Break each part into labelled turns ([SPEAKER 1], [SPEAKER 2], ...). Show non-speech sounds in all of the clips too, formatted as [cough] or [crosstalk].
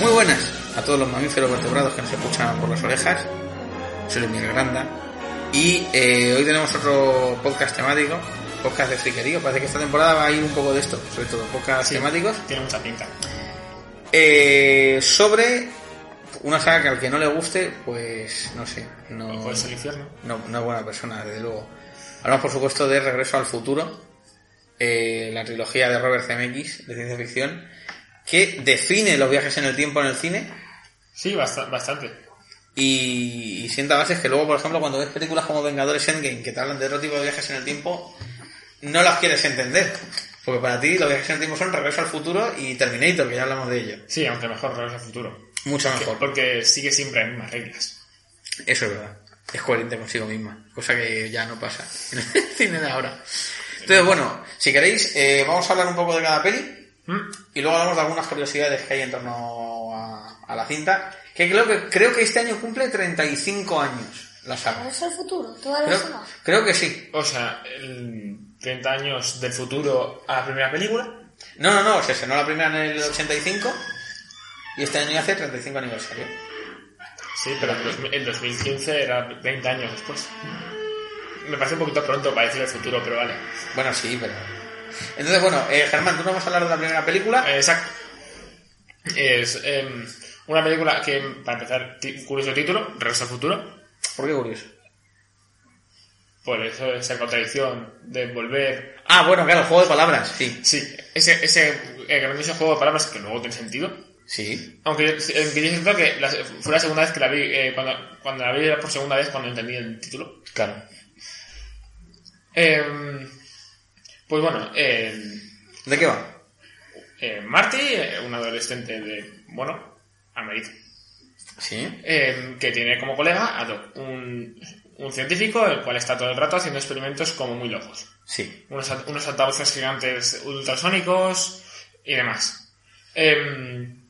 [SPEAKER 1] Muy buenas a todos los mamíferos vertebrados que nos escuchan por las orejas. Soy Luis Miguel Granda. Y eh, hoy tenemos otro podcast temático, podcast de friquerío. Parece que esta temporada va a ir un poco de esto, sobre todo podcast temáticos,
[SPEAKER 2] Tiene mucha pinta.
[SPEAKER 1] eh, sobre una saga que al que no le guste, pues no sé, no,
[SPEAKER 2] Puede ser el infierno.
[SPEAKER 1] no, no es buena persona, desde luego. Hablamos, por supuesto, de Regreso al Futuro, eh, la trilogía de Robert Zemeckis de ciencia ficción, que define los viajes en el tiempo en el cine.
[SPEAKER 2] Sí, basta- bastante.
[SPEAKER 1] y, y sienta bases que luego, por ejemplo, cuando ves películas como Vengadores Endgame que te hablan de otro tipo de viajes en el tiempo, no las quieres entender. Porque para ti los viajes en el tiempo son Regreso al Futuro y Terminator, que ya hablamos de ello.
[SPEAKER 2] Sí, aunque mejor Regreso al Futuro.
[SPEAKER 1] Mucho
[SPEAKER 2] Que-
[SPEAKER 1] mejor.
[SPEAKER 2] Porque sigue siempre las mismas reglas.
[SPEAKER 1] Eso es verdad. Es coherente consigo misma. Cosa que ya no pasa en el [laughs] cine de ahora. Entonces, bueno, si queréis, eh, vamos a hablar un poco de cada peli.
[SPEAKER 2] ¿Mm?
[SPEAKER 1] Y luego hablamos de algunas curiosidades que hay en torno a, a la cinta. Que creo que, creo que este año cumple 35 años la saga.
[SPEAKER 3] Regreso al futuro, todas las
[SPEAKER 1] Creo,
[SPEAKER 3] semanas.
[SPEAKER 1] creo que sí.
[SPEAKER 2] O sea, el 30 años del futuro a la primera película.
[SPEAKER 1] No, no, no, se estrenó la primera en el 85 y este año hace 35 aniversario.
[SPEAKER 2] Sí, pero el, dos- el 2015 era 30 años después. Me parece un poquito pronto para decir el futuro, pero vale.
[SPEAKER 1] Bueno, sí, pero... Entonces, bueno, eh, Germán, tú no vas a hablar de la primera película.
[SPEAKER 2] Eh, Exacto. Es em, una película que, para empezar, ti- curioso título, Regreso al Futuro.
[SPEAKER 1] ¿Por qué curioso?
[SPEAKER 2] Por eso esa contradicción de volver
[SPEAKER 1] Ah, bueno, claro, juego de palabras, sí.
[SPEAKER 2] Sí, ese, ese eh, grandioso juego de palabras que luego tiene sentido.
[SPEAKER 1] Sí.
[SPEAKER 2] Aunque yo, eh, que yo siento que la- fue la segunda vez que la vi, eh, cuando, cuando la vi era por segunda vez cuando entendí el título.
[SPEAKER 1] Claro.
[SPEAKER 2] Eh, pues bueno, eh,
[SPEAKER 1] ¿De qué va?
[SPEAKER 2] eh, Marty, eh, un adolescente de, bueno, americano,
[SPEAKER 1] Sí.
[SPEAKER 2] eh, que tiene como colega a Doc, un, un científico el cual está todo el rato haciendo experimentos como muy locos.
[SPEAKER 1] Sí.
[SPEAKER 2] unos, alt- unos altavoces gigantes ultrasónicos y demás. Em,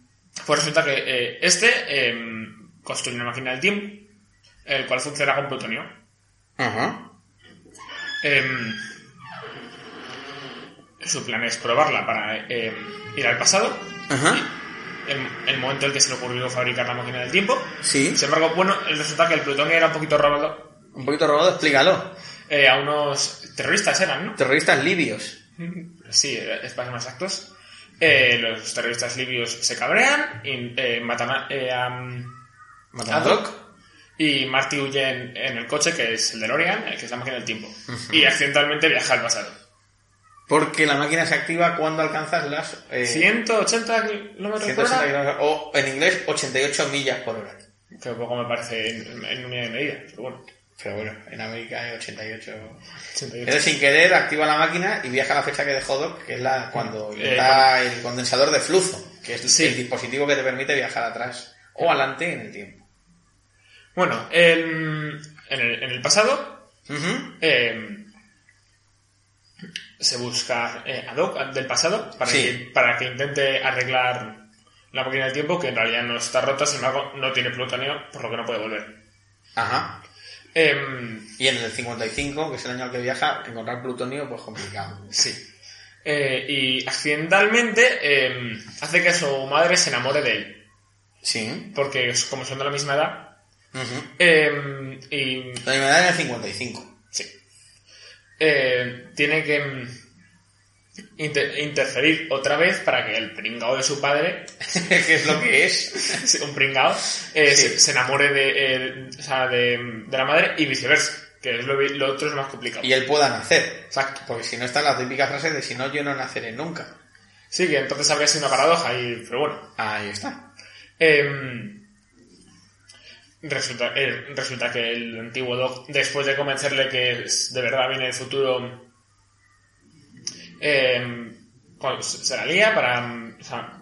[SPEAKER 2] pues resulta que eh, este em, construye una máquina del tiempo, el cual funciona con plutonio.
[SPEAKER 1] Ajá.
[SPEAKER 2] Em, su plan es probarla para em, ir al pasado,
[SPEAKER 1] Ajá.
[SPEAKER 2] el, el momento en el que se le ocurrió fabricar la máquina del tiempo.
[SPEAKER 1] Sí.
[SPEAKER 2] Sin embargo, bueno, resulta que el plutonio era un poquito robado
[SPEAKER 1] Un poquito robado, explícalo.
[SPEAKER 2] eh, a unos terroristas, eran, ¿no?
[SPEAKER 1] Terroristas libios.
[SPEAKER 2] Sí, es para ser más exactos. Eh, los terroristas libios se cabrean y eh, matan a, eh, a-
[SPEAKER 1] ¿Matan
[SPEAKER 2] a Doc y Marty huye en, en el coche que es el DeLorean, eh, que es la máquina del tiempo. Y accidentalmente viaja al pasado.
[SPEAKER 1] Porque la máquina se activa cuando alcanzas las... eh,
[SPEAKER 2] 180 kilómetros por
[SPEAKER 1] 160
[SPEAKER 2] hora.
[SPEAKER 1] kilómetros- o en inglés 88 millas por hora.
[SPEAKER 2] Que poco me parece en, en unidad de medida, pero bueno.
[SPEAKER 1] Pero bueno, en América es 88...
[SPEAKER 2] 88.
[SPEAKER 1] Él sin querer activa la máquina y viaja a la fecha que dejó Doc, que es la cuando
[SPEAKER 2] Eh,
[SPEAKER 1] está el condensador de flujo, que es
[SPEAKER 2] Sí.
[SPEAKER 1] el dispositivo que te permite viajar atrás o adelante en el tiempo.
[SPEAKER 2] Bueno, el- en, el, en el pasado
[SPEAKER 1] Ujú.
[SPEAKER 2] eh, se busca eh, a Doc del pasado para,
[SPEAKER 1] Sí.
[SPEAKER 2] que, para que intente arreglar la máquina del tiempo que en realidad no está rota, sin embargo no tiene plutonio, por lo que no puede volver.
[SPEAKER 1] Ajá.
[SPEAKER 2] Em,
[SPEAKER 1] Y en el 55, que es el año al que viaja, encontrar plutonio pues complicado.
[SPEAKER 2] sí. Eh, y accidentalmente em, hace que su madre se enamore de él,
[SPEAKER 1] Sí.
[SPEAKER 2] porque es- como son de la misma edad.
[SPEAKER 1] Ujú.
[SPEAKER 2] em, y
[SPEAKER 1] La enfermedad en el 55.
[SPEAKER 2] sí. Eh, tiene que mm, em, inter- interferir otra vez para que el pringao de su padre,
[SPEAKER 1] [laughs] que es lo que es.
[SPEAKER 2] [laughs] un pringao, eh,
[SPEAKER 1] Sí.
[SPEAKER 2] se, se enamore de, eh, o sea, de, de la madre y viceversa, que es lo, vi- lo otro es más complicado.
[SPEAKER 1] Y él pueda nacer.
[SPEAKER 2] Exacto.
[SPEAKER 1] Porque si no está la típica frase de si no, yo no naceré nunca.
[SPEAKER 2] Sí, que entonces habría sido una paradoja, y, pero bueno.
[SPEAKER 1] Ahí está.
[SPEAKER 2] Em, resulta, eh, resulta que el antiguo Doc, después de convencerle que es- de verdad viene el futuro, em, con- se la lía para. mm, o sea,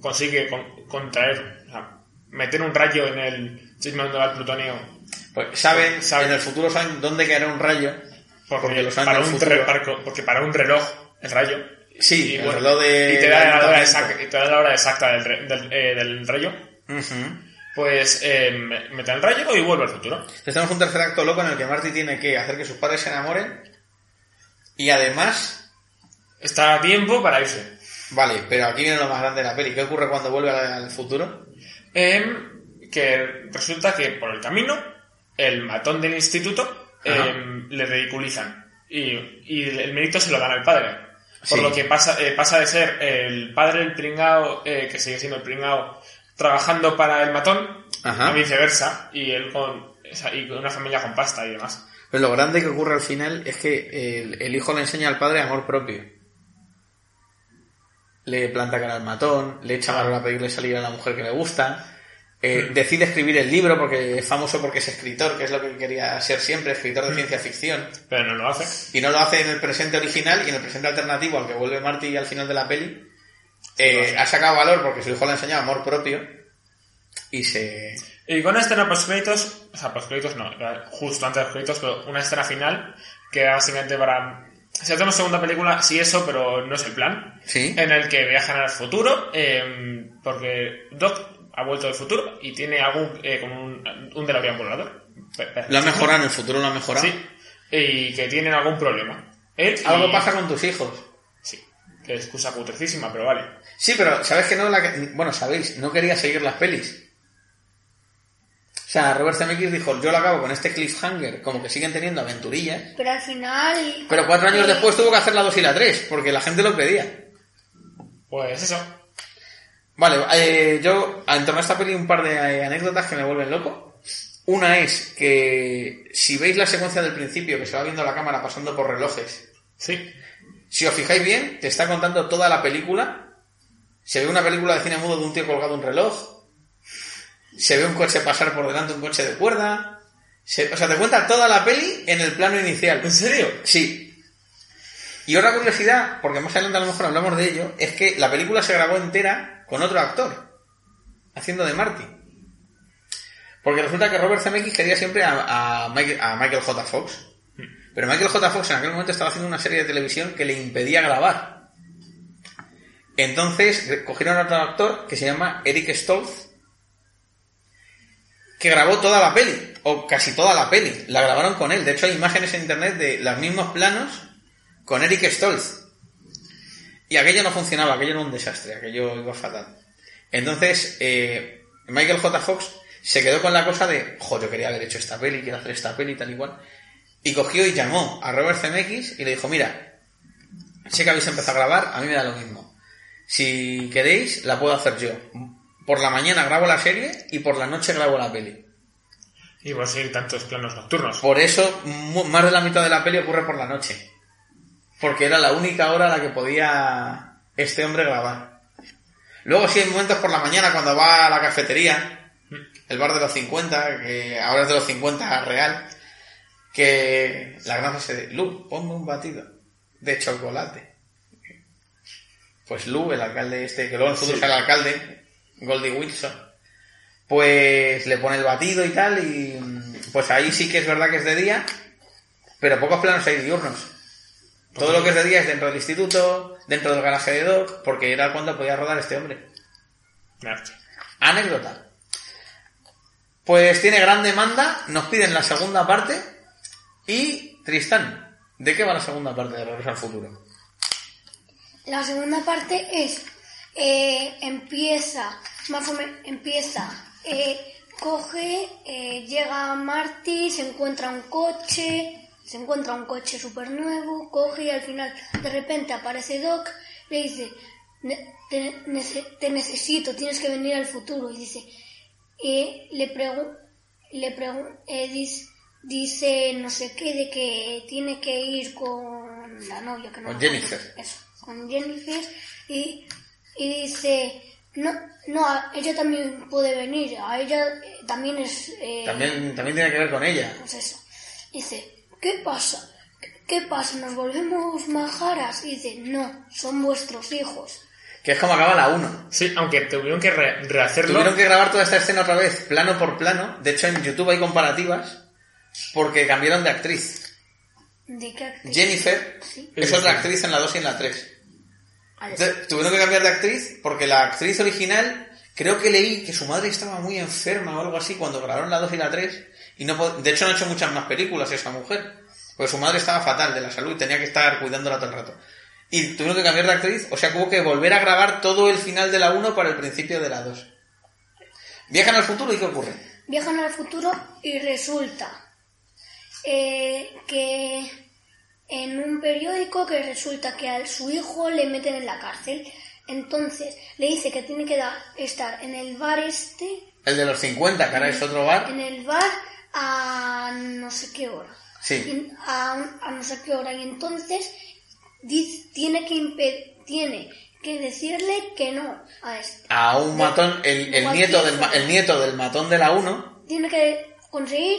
[SPEAKER 2] consigue con- contraer, o sea, meter un rayo en el chisme del plutonio.
[SPEAKER 1] Pues saben,
[SPEAKER 2] Saben.
[SPEAKER 1] en el futuro saben dónde caerá un rayo. Porque, lo saben
[SPEAKER 2] para
[SPEAKER 1] del
[SPEAKER 2] un
[SPEAKER 1] futuro.
[SPEAKER 2] re- para- porque para un reloj, el rayo.
[SPEAKER 1] Sí,
[SPEAKER 2] y
[SPEAKER 1] el
[SPEAKER 2] bueno,
[SPEAKER 1] reloj de-
[SPEAKER 2] y te da la hora
[SPEAKER 1] ayuntamiento.
[SPEAKER 2] exacta, y te da la hora exacta del, re- del, eh, del rayo.
[SPEAKER 1] Ujú.
[SPEAKER 2] Pues eh, me- mete el rayo y vuelve al futuro.
[SPEAKER 1] Tenemos un tercer acto loco en el que Marty tiene que hacer que sus padres se enamoren. Y además,
[SPEAKER 2] Está a tiempo para irse.
[SPEAKER 1] vale, pero aquí viene lo más grande de la peli. ¿Qué ocurre cuando vuelve al al futuro?
[SPEAKER 2] Em, que resulta que por el camino, el matón del instituto
[SPEAKER 1] Ajá.
[SPEAKER 2] em, le ridiculizan. Y, y el mérito se lo dan al padre. Por
[SPEAKER 1] Sí.
[SPEAKER 2] lo que pasa, eh, pasa de ser el padre el pringao, eh, que sigue siendo el pringao, trabajando para el matón,
[SPEAKER 1] Ajá.
[SPEAKER 2] a viceversa, y él con, o sea, y con una familia con pasta y demás.
[SPEAKER 1] Pero Pues lo grande que ocurre al final es que el, el hijo le enseña al padre amor propio. Le planta cara al matón, le echa valor a pedirle salir a la mujer que le gusta. eh, decide escribir el libro porque es famoso porque es escritor, que es lo que quería ser siempre, escritor de ciencia ficción.
[SPEAKER 2] Pero no lo hace.
[SPEAKER 1] Y no lo hace en el presente original y en el presente alternativo al que vuelve Marty al final de la peli. eh, ha sacado valor porque su hijo le ha enseñado amor propio y se...
[SPEAKER 2] Y con este una escena post-créditos, o sea, post-créditos no, era justo antes de los créditos, pero una escena final, que era básicamente para... Si hacemos segunda película, sí eso, pero no es el plan.
[SPEAKER 1] Sí.
[SPEAKER 2] En el que viajan al futuro, eh, porque Doc ha vuelto del futuro y tiene algún... eh, como un, un DeLorean volador. Pe- pe-
[SPEAKER 1] Lo ha mejorado, en el futuro lo ha mejorado.
[SPEAKER 2] Sí. Y que tienen algún problema. Él y-
[SPEAKER 1] Algo pasa con tus hijos.
[SPEAKER 2] Sí. Que es excusa putrecísima, pero vale.
[SPEAKER 1] Sí, pero ¿sabes que no? La que- Bueno, sabéis, no quería seguir las pelis. O sea, Robert Zemeckis dijo, yo lo acabo con este cliffhanger, como que siguen teniendo aventurillas.
[SPEAKER 3] Pero al final.
[SPEAKER 1] Pero cuatro años
[SPEAKER 3] Sí.
[SPEAKER 1] después tuvo que hacer la 2 y la 3, porque la gente lo pedía.
[SPEAKER 2] Pues eso.
[SPEAKER 1] Vale, eh, yo en torno a esta peli un par de eh, anécdotas que me vuelven loco. Una es que si veis la secuencia del principio, que se va viendo la cámara pasando por relojes,
[SPEAKER 2] Sí.
[SPEAKER 1] Si os fijáis bien, te está contando toda la película. Se ve una película de cine mudo de un tío colgado a un reloj. Se ve un coche pasar por delante un coche de cuerda. Se- o sea, te cuenta toda la peli en el plano inicial.
[SPEAKER 2] ¿En serio?
[SPEAKER 1] Sí. Y otra curiosidad, porque más adelante a lo mejor hablamos de ello, es que la película se grabó entera con otro actor, haciendo de Marty. Porque resulta que Robert Zemeckis quería siempre a, a Michael, a Michael J. Fox. Pero Michael J. Fox en aquel momento estaba haciendo una serie de televisión que le impedía grabar. Entonces cogieron a otro actor que se llama Eric Stoltz, que grabó toda la peli, o casi toda la peli, la grabaron con él. De hecho, hay imágenes en internet de los mismos planos con Eric Stoltz. Y aquello no funcionaba, aquello era un desastre, aquello iba fatal. Entonces, eh, Michael J. Fox se quedó con la cosa de, jo, yo quería haber hecho esta peli, quiero hacer esta peli, tal y cual. Y cogió y llamó a Robert Zemeckis y le dijo, mira, sé que habéis empezado a grabar, a mí me da lo mismo. Si queréis, la puedo hacer yo. Por la mañana grabo la serie y por la noche grabo la peli.
[SPEAKER 2] Y por seguir tantos planos nocturnos.
[SPEAKER 1] Por eso, mu- más de la mitad de la peli ocurre por la noche. Porque era la única hora a la que podía este hombre grabar. Luego sí hay momentos por la mañana cuando va a la cafetería, el bar de los 50, que ahora es de los 50 real, que la gran frase de, Lu, ponme un batido de chocolate. Pues Lu, el alcalde este, que luego en el futuro será el alcalde, Goldie Wilson pues le pone el batido y tal, y mm, pues ahí sí que es verdad que es de día, pero pocos planos hay diurnos. Todo lo que es de día es dentro del instituto, dentro del garaje de Doc, porque era cuando podía rodar este hombre.
[SPEAKER 2] Merche.
[SPEAKER 1] Anécdota. Pues tiene gran demanda, nos piden la segunda parte y Tristán. ¿De qué va la segunda parte de Regreso al Futuro?
[SPEAKER 3] La segunda parte es eh, empieza, más o menos, empieza, eh, coge, eh, llega a Marty, se encuentra un coche, Se encuentra un coche súper nuevo, coge y al final de repente aparece Doc, le dice, "Ne- te, nece- te necesito, tienes que venir al futuro. Y dice, eh, le pregu- le pregu- eh, dis- dice no sé qué, de que tiene que ir con la novia. Que no
[SPEAKER 1] Con
[SPEAKER 3] me acuerdo.
[SPEAKER 1] Jennifer.
[SPEAKER 3] Eso, con Jennifer. Y, y dice, no, no, a ella también puede venir, a ella eh, también es... eh,
[SPEAKER 1] También, también tiene que ver con ella.
[SPEAKER 3] pues eso. Dice, ¿qué pasa? ¿Qué pasa? ¿Nos volvemos majaras? Y dice, no, son vuestros hijos.
[SPEAKER 1] Que es como acaba la 1.
[SPEAKER 2] Sí, aunque tuvieron que re- rehacerlo.
[SPEAKER 1] Tuvieron que grabar toda esta escena otra vez, plano por plano. De hecho, en YouTube hay comparativas porque cambiaron de actriz.
[SPEAKER 3] ¿De qué actriz?
[SPEAKER 1] Jennifer
[SPEAKER 3] Sí.
[SPEAKER 1] es otra actriz en la 2 y en la 3.
[SPEAKER 3] Al-
[SPEAKER 1] Entonces, tuvieron que cambiar de actriz porque la actriz original, creo que leí que su madre estaba muy enferma o algo así cuando grabaron la 2 y la 3. Y no, po- de hecho, no ha hecho muchas más películas esa mujer. Porque su madre estaba fatal de la salud, tenía que estar cuidándola todo el rato. Y tuvieron que cambiar de actriz, o sea que hubo que volver a grabar todo el final de la 1 para el principio de la 2. Viajan al futuro y ¿qué ocurre?
[SPEAKER 3] Viajan al futuro y resulta eh, que en un periódico que resulta que a su hijo le meten en la cárcel. Entonces le dice que tiene que da- estar en el bar este,
[SPEAKER 1] El de los 50, que ahora es otro bar.
[SPEAKER 3] en el bar a no sé qué hora.
[SPEAKER 1] Sí.
[SPEAKER 3] Y a, un- a no sé qué hora. Y entonces diz- tiene, que impe- tiene que decirle que no a este.
[SPEAKER 1] A un matón, el, el nieto, del, ma- el nieto del matón de la 1,
[SPEAKER 3] Tiene que conseguir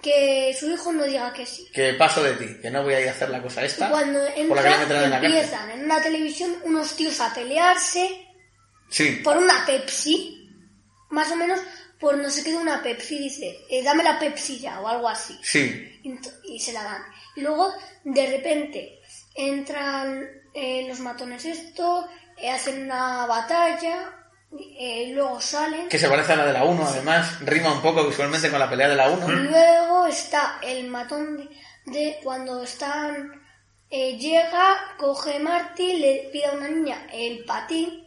[SPEAKER 3] que su hijo no diga que sí.
[SPEAKER 1] que paso de ti, que no voy a ir a hacer la cosa
[SPEAKER 3] Y
[SPEAKER 1] esta.
[SPEAKER 3] cuando
[SPEAKER 1] por la que me
[SPEAKER 3] entran
[SPEAKER 1] traen en la cárcel.
[SPEAKER 3] empiezan en una televisión unos tíos a pelearse
[SPEAKER 1] Sí.
[SPEAKER 3] por una Pepsi, más o menos por no sé qué de una Pepsi, dice, eh, dame la Pepsi ya o algo así.
[SPEAKER 1] Sí.
[SPEAKER 3] Ento- y se la dan. Y luego, de repente, entran eh, los matones esto, eh, hacen una batalla, eh, y luego salen.
[SPEAKER 1] Que se parece a la de la 1, además, rima un poco visualmente con la pelea de la
[SPEAKER 3] Y
[SPEAKER 2] Mm.
[SPEAKER 1] 1.
[SPEAKER 3] luego está el matón de, de cuando están... eh, llega, coge a Marty, le pide a una niña el patín,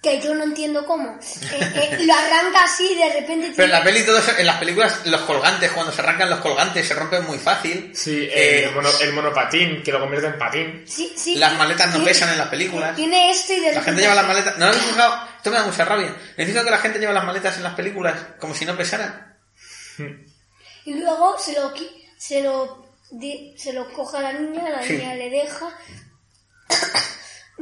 [SPEAKER 3] que yo no entiendo cómo. eh, eh, lo arranca así y de repente...
[SPEAKER 1] Pero en
[SPEAKER 3] tiene-
[SPEAKER 1] la peli todo eso- en las películas, los colgantes, cuando se arrancan los colgantes, se rompen muy fácil.
[SPEAKER 2] Sí,
[SPEAKER 1] Eh,
[SPEAKER 2] el, mono- el monopatín, que lo convierte en patín.
[SPEAKER 3] Sí, sí,
[SPEAKER 1] las
[SPEAKER 3] sí,
[SPEAKER 1] maletas no
[SPEAKER 3] tiene-
[SPEAKER 1] pesan en las películas.
[SPEAKER 3] Tiene esto y de
[SPEAKER 1] La gente
[SPEAKER 3] repente-
[SPEAKER 1] lleva las maletas. ¿No lo habéis fijado? Esto me da mucha rabia. Necesito que la gente lleva las maletas en las películas como si no pesaran.
[SPEAKER 3] Y luego se lo, qui- se lo, di- se lo coge a la niña, la
[SPEAKER 1] Sí.
[SPEAKER 3] niña le deja. [coughs]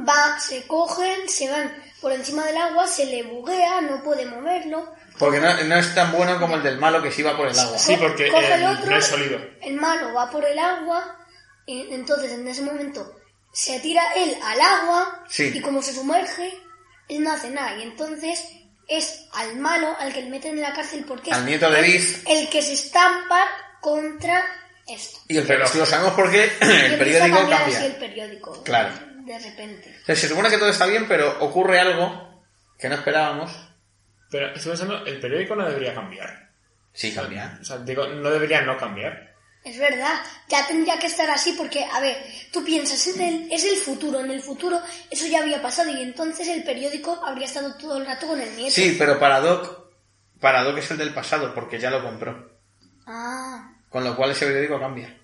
[SPEAKER 3] Va, se cogen, se van por encima del agua, se le buguea, no puede moverlo.
[SPEAKER 1] Porque no, no es tan bueno como el del malo que se iba por el agua.
[SPEAKER 2] Sí,
[SPEAKER 3] Co-
[SPEAKER 2] porque
[SPEAKER 3] coge el
[SPEAKER 2] eh,
[SPEAKER 3] otro.
[SPEAKER 2] no es sólido.
[SPEAKER 3] El malo va por el agua, y entonces en ese momento se tira él al agua
[SPEAKER 1] Sí.
[SPEAKER 3] y como se sumerge, él no hace nada. Y entonces es al malo al que le meten en la cárcel porque es
[SPEAKER 1] Al nieto de Biff
[SPEAKER 3] el que se estampa contra esto.
[SPEAKER 1] Y el
[SPEAKER 2] Pero-
[SPEAKER 1] periódico, lo sabemos porque el
[SPEAKER 3] empieza a
[SPEAKER 1] periódico
[SPEAKER 3] cambiar así el
[SPEAKER 1] cambia.
[SPEAKER 3] periódico.
[SPEAKER 1] Claro.
[SPEAKER 3] De repente.
[SPEAKER 1] O sea, se supone que todo está bien, pero ocurre algo que no esperábamos.
[SPEAKER 2] Pero estoy pensando, el periódico no debería cambiar.
[SPEAKER 1] Sí, cambia.
[SPEAKER 2] O sea, digo, no debería no cambiar.
[SPEAKER 3] Es verdad, ya tendría que estar así porque, a ver, tú piensas, es el, es el futuro, en el futuro eso ya había pasado y entonces el periódico habría estado todo el rato con el nieto.
[SPEAKER 1] Sí, pero para Doc, para Doc es el del pasado porque ya lo compró.
[SPEAKER 3] Ah,
[SPEAKER 1] Con lo cual ese periódico cambia.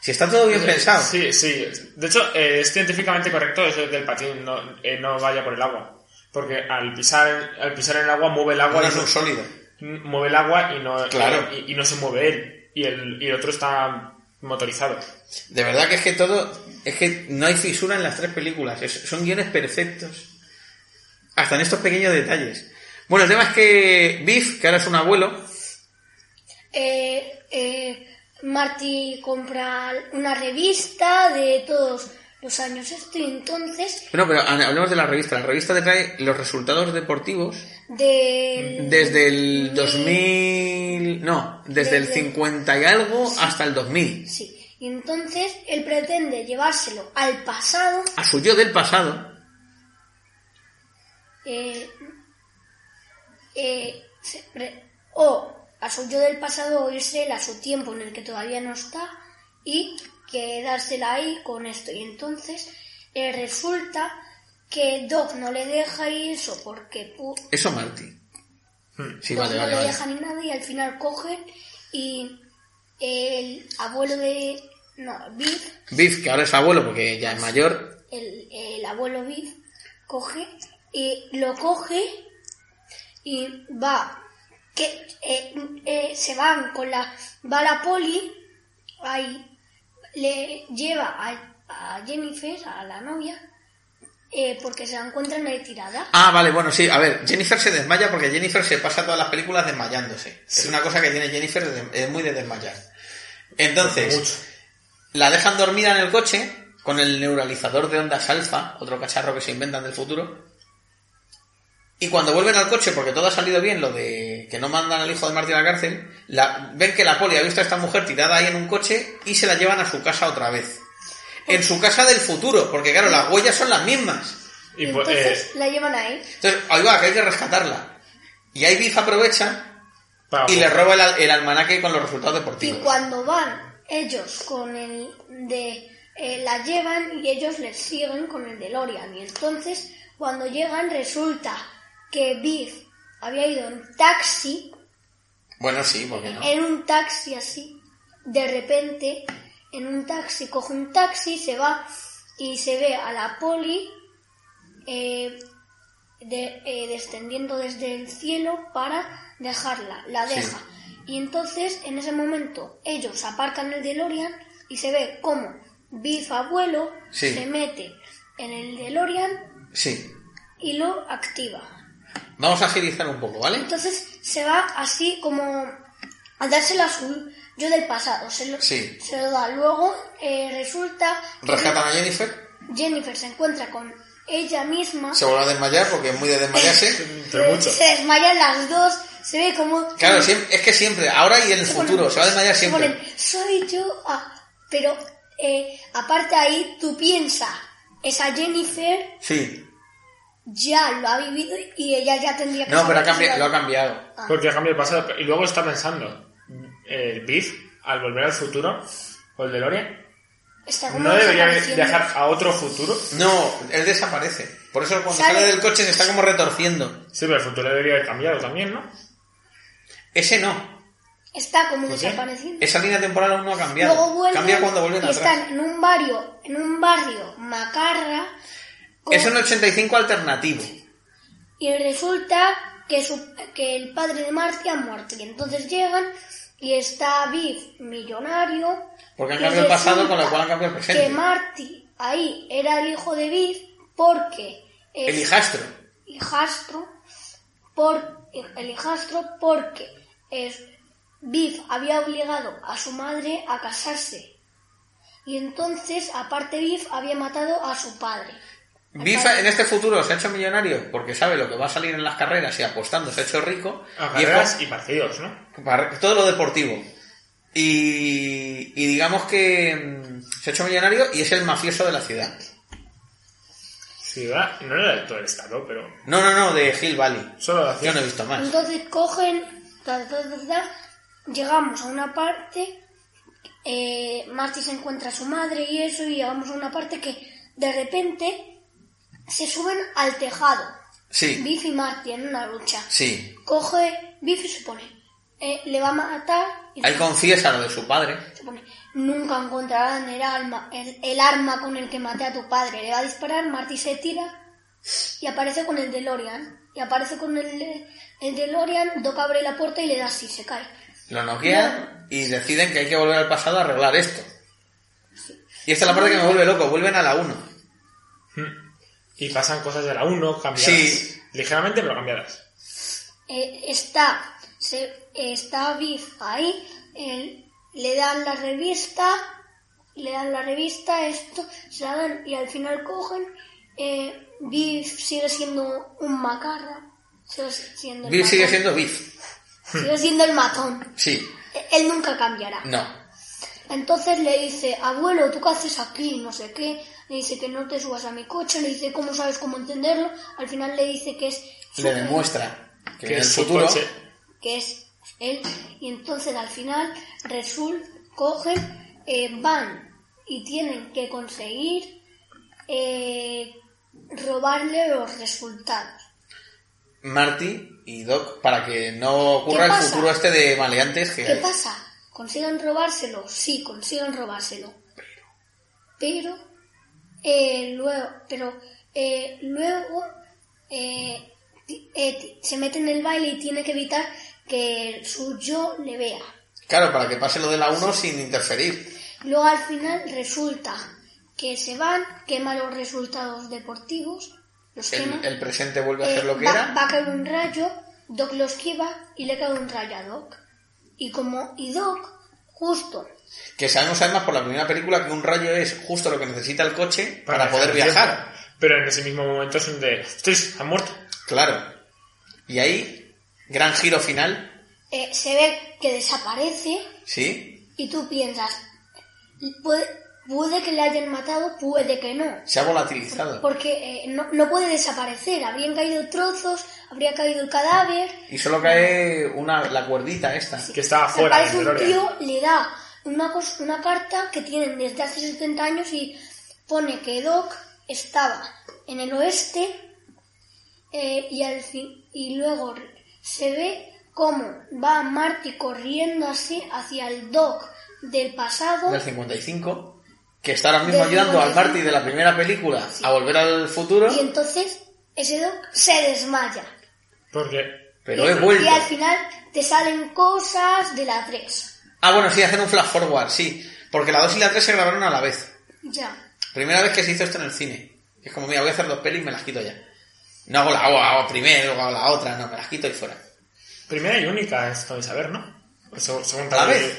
[SPEAKER 1] Si está todo bien pensado.
[SPEAKER 2] Sí, sí. De hecho, eh, es científicamente correcto eso del patín, no, eh, no vaya por el agua. Porque al pisar, al pisar en el agua mueve el agua
[SPEAKER 1] Bueno,
[SPEAKER 2] y
[SPEAKER 1] es
[SPEAKER 2] no-
[SPEAKER 1] un sólido.
[SPEAKER 2] mueve el agua y no,
[SPEAKER 1] Claro.
[SPEAKER 2] y, y no se mueve él. Y el, y el otro está motorizado.
[SPEAKER 1] De verdad que es que todo. Es que no hay fisura en las tres películas. Es- son guiones perfectos. Hasta en estos pequeños detalles. Bueno, el tema es que Biff, que ahora es un abuelo,
[SPEAKER 3] eh, eh, Marty compra una revista de todos los años esto y entonces
[SPEAKER 1] No, pero ha- hablemos de la revista. La revista te trae los resultados deportivos
[SPEAKER 3] del...
[SPEAKER 1] desde el 2000... No, desde el 50 y algo hasta el 2000.
[SPEAKER 3] Sí, y entonces él pretende llevárselo al pasado
[SPEAKER 1] A su yo del pasado.
[SPEAKER 3] eh, eh, se- re- o a su yo del pasado o irse él a su tiempo en el que todavía no está y quedársela ahí con esto. Y entonces eh, resulta que Doc no le deja y eso porque pu-
[SPEAKER 1] Eso, Marty. Sí,
[SPEAKER 3] Doc
[SPEAKER 1] vale,
[SPEAKER 3] no
[SPEAKER 1] vale,
[SPEAKER 3] le
[SPEAKER 1] vale.
[SPEAKER 3] deja ni nada y al final cogen y el abuelo de... No, Biff,
[SPEAKER 1] Biff, que ahora es abuelo porque ya es mayor,
[SPEAKER 3] el, el abuelo Biff, coge y lo coge y va... que eh, eh, Se van con la... Va la poli, ahí le lleva a, a Jennifer, a la novia, eh, porque se la encuentran ahí tirada.
[SPEAKER 1] Ah, vale, bueno, sí, a ver, Jennifer se desmaya porque Jennifer se pasa todas las películas desmayándose. Es una cosa que tiene Jennifer, de- es muy de desmayar. Entonces,
[SPEAKER 2] Mucho.
[SPEAKER 1] la dejan dormida en el coche con el neuralizador de ondas alfa, otro cacharro que se inventan del futuro. Y cuando vuelven al coche, porque todo ha salido bien, lo de que no mandan al hijo de Martín a la cárcel, la- ven que la poli ha visto a esta mujer tirada ahí en un coche y se la llevan a su casa otra vez. En su casa del futuro, porque claro, las huellas son las mismas.
[SPEAKER 2] Y, pues, eh,
[SPEAKER 3] entonces la llevan ahí.
[SPEAKER 1] Entonces, ahí va, que hay que rescatarla. Y ahí Biff aprovecha
[SPEAKER 2] para-
[SPEAKER 1] y le roba el, al- el almanaque con los resultados
[SPEAKER 3] Y
[SPEAKER 1] deportivos.
[SPEAKER 3] cuando van ellos con el de eh, la llevan y ellos les siguen con el DeLorean. Y entonces cuando llegan resulta que Biff había ido en taxi,
[SPEAKER 1] Bueno, sí, porque no.
[SPEAKER 3] en un taxi así, de repente en un taxi, coge un taxi, se va y se ve a la poli eh, de- eh, descendiendo desde el cielo para dejarla, la
[SPEAKER 1] Sí.
[SPEAKER 3] deja. Y entonces, en ese momento, ellos aparcan el DeLorean y se ve como Biff abuelo
[SPEAKER 1] Sí.
[SPEAKER 3] se mete en el DeLorean
[SPEAKER 1] Sí.
[SPEAKER 3] y lo activa.
[SPEAKER 1] Vamos a agilizar un poco, ¿vale?
[SPEAKER 3] Entonces se va así como a dársela a su yo del pasado. Se lo,
[SPEAKER 1] Sí.
[SPEAKER 3] se lo da. Luego eh, resulta que
[SPEAKER 1] Rescatan a Jennifer,
[SPEAKER 3] Jennifer se encuentra con ella misma.
[SPEAKER 1] se vuelve a desmayar porque es muy de desmayarse.
[SPEAKER 2] Pero mucho.
[SPEAKER 3] Se desmayan las dos. Se ve como.
[SPEAKER 1] Claro, siem- es que siempre, ahora y en el
[SPEAKER 3] se ponen-
[SPEAKER 1] futuro, se va a desmayar
[SPEAKER 3] se
[SPEAKER 1] siempre.
[SPEAKER 3] ponen, Soy yo. ah, pero eh, aparte ahí, tú piensas, esa Jennifer
[SPEAKER 1] Sí.
[SPEAKER 3] ya lo ha vivido y ella ya tendría que
[SPEAKER 1] No, pero ha
[SPEAKER 3] saber que
[SPEAKER 1] cambiado,
[SPEAKER 3] se
[SPEAKER 1] lo
[SPEAKER 3] va-
[SPEAKER 1] ha cambiado.
[SPEAKER 2] Porque ha cambiado el pasado. Y luego está pensando, eh, Biff, al volver al futuro, o el DeLorean,
[SPEAKER 3] Está como
[SPEAKER 2] ¿no debería
[SPEAKER 3] desapareciendo.
[SPEAKER 2] viajar a otro futuro?
[SPEAKER 1] No, él desaparece. Por eso cuando
[SPEAKER 3] Sale-
[SPEAKER 1] sale del coche se está como retorciendo.
[SPEAKER 2] Sí, pero el futuro debería haber cambiado también, ¿no?
[SPEAKER 1] Ese no.
[SPEAKER 3] Está como
[SPEAKER 2] ¿Por qué?
[SPEAKER 3] desapareciendo.
[SPEAKER 1] Esa línea temporal aún no ha cambiado.
[SPEAKER 3] Luego vuelven
[SPEAKER 1] Cambia cuando vuelven
[SPEAKER 3] y
[SPEAKER 1] atrás.
[SPEAKER 3] están en un barrio, en un barrio macarra. con-
[SPEAKER 1] Es un 85 alternativo.
[SPEAKER 3] Y resulta que, su, que el padre de Marty ha muerto. Y entonces llegan y está Biff millonario.
[SPEAKER 1] Porque han
[SPEAKER 3] y
[SPEAKER 1] cambiado el pasado,
[SPEAKER 3] resulta
[SPEAKER 1] con lo cual han cambiado el presente.
[SPEAKER 3] Que Marty ahí era el hijo de Biff porque es
[SPEAKER 1] El hijastro.
[SPEAKER 3] hijastro. Por, el hijastro porque es, Biff había obligado a su madre a casarse. Y entonces, aparte, Biff había matado a su padre.
[SPEAKER 1] Biff en este futuro se ha hecho millonario porque sabe lo que va a salir en las carreras y apostando se ha hecho rico.
[SPEAKER 2] A
[SPEAKER 1] Y es
[SPEAKER 2] carreras y partidos, ¿no?
[SPEAKER 1] por- para- todo lo deportivo. Y, y digamos que mm, se ha hecho millonario y es el mafioso de la ciudad.
[SPEAKER 2] Ciudad, no era del todo el estado, pero
[SPEAKER 1] No, no, no, de Hill Valley.
[SPEAKER 2] solo la
[SPEAKER 1] Yo
[SPEAKER 2] ciudad.
[SPEAKER 1] no he visto más.
[SPEAKER 3] Entonces cogen, ta, ta, ta, ta, llegamos a una parte, eh, Marty se encuentra a su madre y eso, y llegamos a una parte que de repente se suben al tejado,
[SPEAKER 1] Sí,
[SPEAKER 3] Biff y Marty en una lucha.
[SPEAKER 1] sí.
[SPEAKER 3] Coge Biff y se pone, eh, le va a matar y
[SPEAKER 1] Ahí confiesa lo de su padre.
[SPEAKER 3] se pone, nunca encontrarán el arma, el, el arma con el que maté a tu padre. Le va a disparar, Marty se tira y aparece con el DeLorean. Y aparece con el, el DeLorean, Doc abre la puerta y le da así, se cae.
[SPEAKER 1] Lo noquean y deciden que hay que volver al pasado a arreglar esto. Y esta es la parte que me vuelve loco. Vuelven a la 1.
[SPEAKER 2] Mm. Y pasan cosas de la 1, cambiadas.
[SPEAKER 1] Sí.
[SPEAKER 2] Ligeramente, pero cambiadas.
[SPEAKER 3] Eh, está, se, eh, está Biff ahí, él- le dan la revista, le dan la revista, esto, se la dan y al final cogen. eh, Biff sigue siendo un macarra. Sigue siendo el
[SPEAKER 1] Biff sigue
[SPEAKER 3] matón.
[SPEAKER 1] siendo Biff.
[SPEAKER 3] Sigue siendo el matón.
[SPEAKER 1] Sí.
[SPEAKER 3] Él nunca cambiará.
[SPEAKER 1] No.
[SPEAKER 3] Entonces le dice, abuelo, ¿tú qué haces aquí? No sé qué. Le dice que no te subas a mi coche. Le dice, ¿cómo sabes cómo entenderlo? Al final le dice que es... su-
[SPEAKER 1] Le demuestra que, en el
[SPEAKER 2] su
[SPEAKER 1] futuro...
[SPEAKER 2] coche-
[SPEAKER 3] Que es él. Y entonces al final Resul cogen, eh, van y tienen que conseguir eh, robarle los resultados.
[SPEAKER 1] Marty y Doc para que no ocurra
[SPEAKER 3] ¿Qué
[SPEAKER 1] el
[SPEAKER 3] pasa?
[SPEAKER 1] futuro este de maleantes que
[SPEAKER 3] ¿Qué pasa? ¿Consiguen robárselo? Sí, consiguen robárselo. Pero, eh, luego, pero eh, luego eh, ti- eh, ti- se mete en el baile y tiene que evitar que su yo le vea.
[SPEAKER 1] Claro, para que pase lo de la 1 sin interferir.
[SPEAKER 3] Luego al final resulta que se van, quema los resultados deportivos, los quema.
[SPEAKER 1] El, el presente vuelve a
[SPEAKER 3] Eh,
[SPEAKER 1] hacer lo que
[SPEAKER 3] va,
[SPEAKER 1] era.
[SPEAKER 3] va a caer un rayo, Doc lo esquiva y le cae un rayo a Doc. Y como, y Doc, justo,
[SPEAKER 1] Que sabemos además por la primera película que un rayo es justo lo que necesita el coche para, poder
[SPEAKER 2] viajar.
[SPEAKER 1] viajar.
[SPEAKER 2] Pero en ese mismo momento es donde. ¡Ostras! Han muerto.
[SPEAKER 1] Claro. Y ahí, gran giro final,
[SPEAKER 3] eh, se ve que desaparece
[SPEAKER 1] ¿sí?
[SPEAKER 3] y tú piensas, puede, puede que le hayan matado, puede que no.
[SPEAKER 1] Se ha volatilizado.
[SPEAKER 3] Porque eh, no, no puede desaparecer, habrían caído trozos, habría caído el cadáver.
[SPEAKER 1] Y solo cae una, la cuerdita esta.
[SPEAKER 2] Que estaba fuera
[SPEAKER 3] Aparece
[SPEAKER 2] del
[SPEAKER 3] un
[SPEAKER 2] DeLorean.
[SPEAKER 3] tío, le da una, cos- una carta que tienen desde hace 70 años y pone que Doc estaba en el oeste eh, y, al fin- y luego re- se ve cómo va Marty corriendo así hacia el Doc del pasado.
[SPEAKER 1] del 55, que está ahora mismo
[SPEAKER 3] Del
[SPEAKER 1] ayudando al
[SPEAKER 3] 55.
[SPEAKER 1] Marty de la primera película a volver al futuro,
[SPEAKER 3] Y entonces ese Doc se desmaya.
[SPEAKER 2] Porque.
[SPEAKER 1] pero
[SPEAKER 3] y,
[SPEAKER 1] he vuelto.
[SPEAKER 3] y al final te salen cosas de la 3.
[SPEAKER 1] Ah, bueno, sí, hacer un flash forward, sí, porque la 2 y la 3 se grabaron a la vez.
[SPEAKER 3] Ya.
[SPEAKER 1] Primera vez que se hizo esto en el cine. Es como, mira, voy a hacer dos pelis y me las quito ya. No hago la hago, hago primero, luego hago la otra, no, me las quito y fuera.
[SPEAKER 2] Primera y única, esto de saber, ¿no? Según, según
[SPEAKER 1] A la
[SPEAKER 2] tal-
[SPEAKER 1] vez.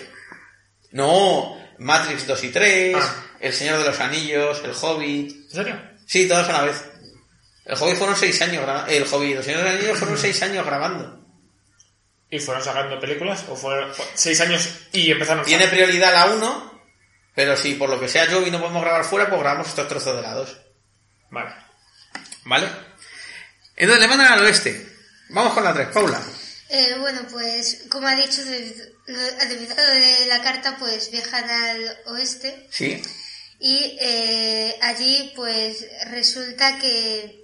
[SPEAKER 1] No, Matrix 2 y 3,
[SPEAKER 2] Ah.
[SPEAKER 1] El Señor de los Anillos, El Hobbit.
[SPEAKER 2] ¿En serio?
[SPEAKER 1] Sí, todas a la vez. El Hobbit fueron seis años, gra- el Hobbit, Los Señores de los Anillos fueron seis años grabando.
[SPEAKER 2] ¿Y fueron sacando películas? ¿O fueron fue- seis años y empezaron a
[SPEAKER 1] Tiene prioridad la 1, pero si por lo que sea yo y no podemos grabar fuera, pues grabamos estos trozos de la 2.
[SPEAKER 2] Vale.
[SPEAKER 1] ¿Vale? Entonces le mandan al oeste. Vamos con la 3, Paula.
[SPEAKER 4] Eh, bueno, pues como ha dicho, debido, lo- debido a lo de la carta, pues viajan al oeste
[SPEAKER 1] Sí.
[SPEAKER 4] y eh, allí pues resulta que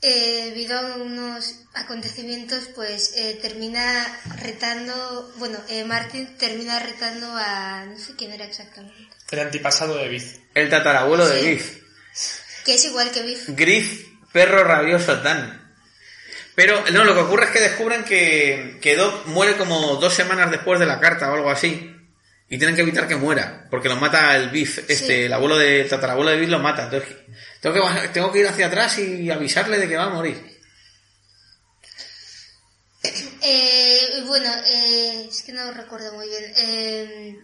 [SPEAKER 4] eh, debido a unos acontecimientos, pues eh, termina retando, bueno, eh, Martin termina retando a, no sé quién era exactamente,
[SPEAKER 2] El antipasado de Biz.
[SPEAKER 1] El tatarabuelo de
[SPEAKER 4] Sí.
[SPEAKER 1] Griff.
[SPEAKER 4] que es igual que Biff.
[SPEAKER 1] Griff, perro rabioso tan. Pero no, lo que ocurre es que descubren que, que Doc muere como dos semanas después de la carta o algo así. Y tienen que evitar que muera, porque lo mata el Biff, este,
[SPEAKER 4] Sí.
[SPEAKER 1] el abuelo de, el tatarabuelo de Biff lo mata. Entonces, tengo que, tengo que ir hacia atrás y avisarle de que va a morir.
[SPEAKER 4] Eh, bueno, eh, es que no recuerdo muy bien. Eh,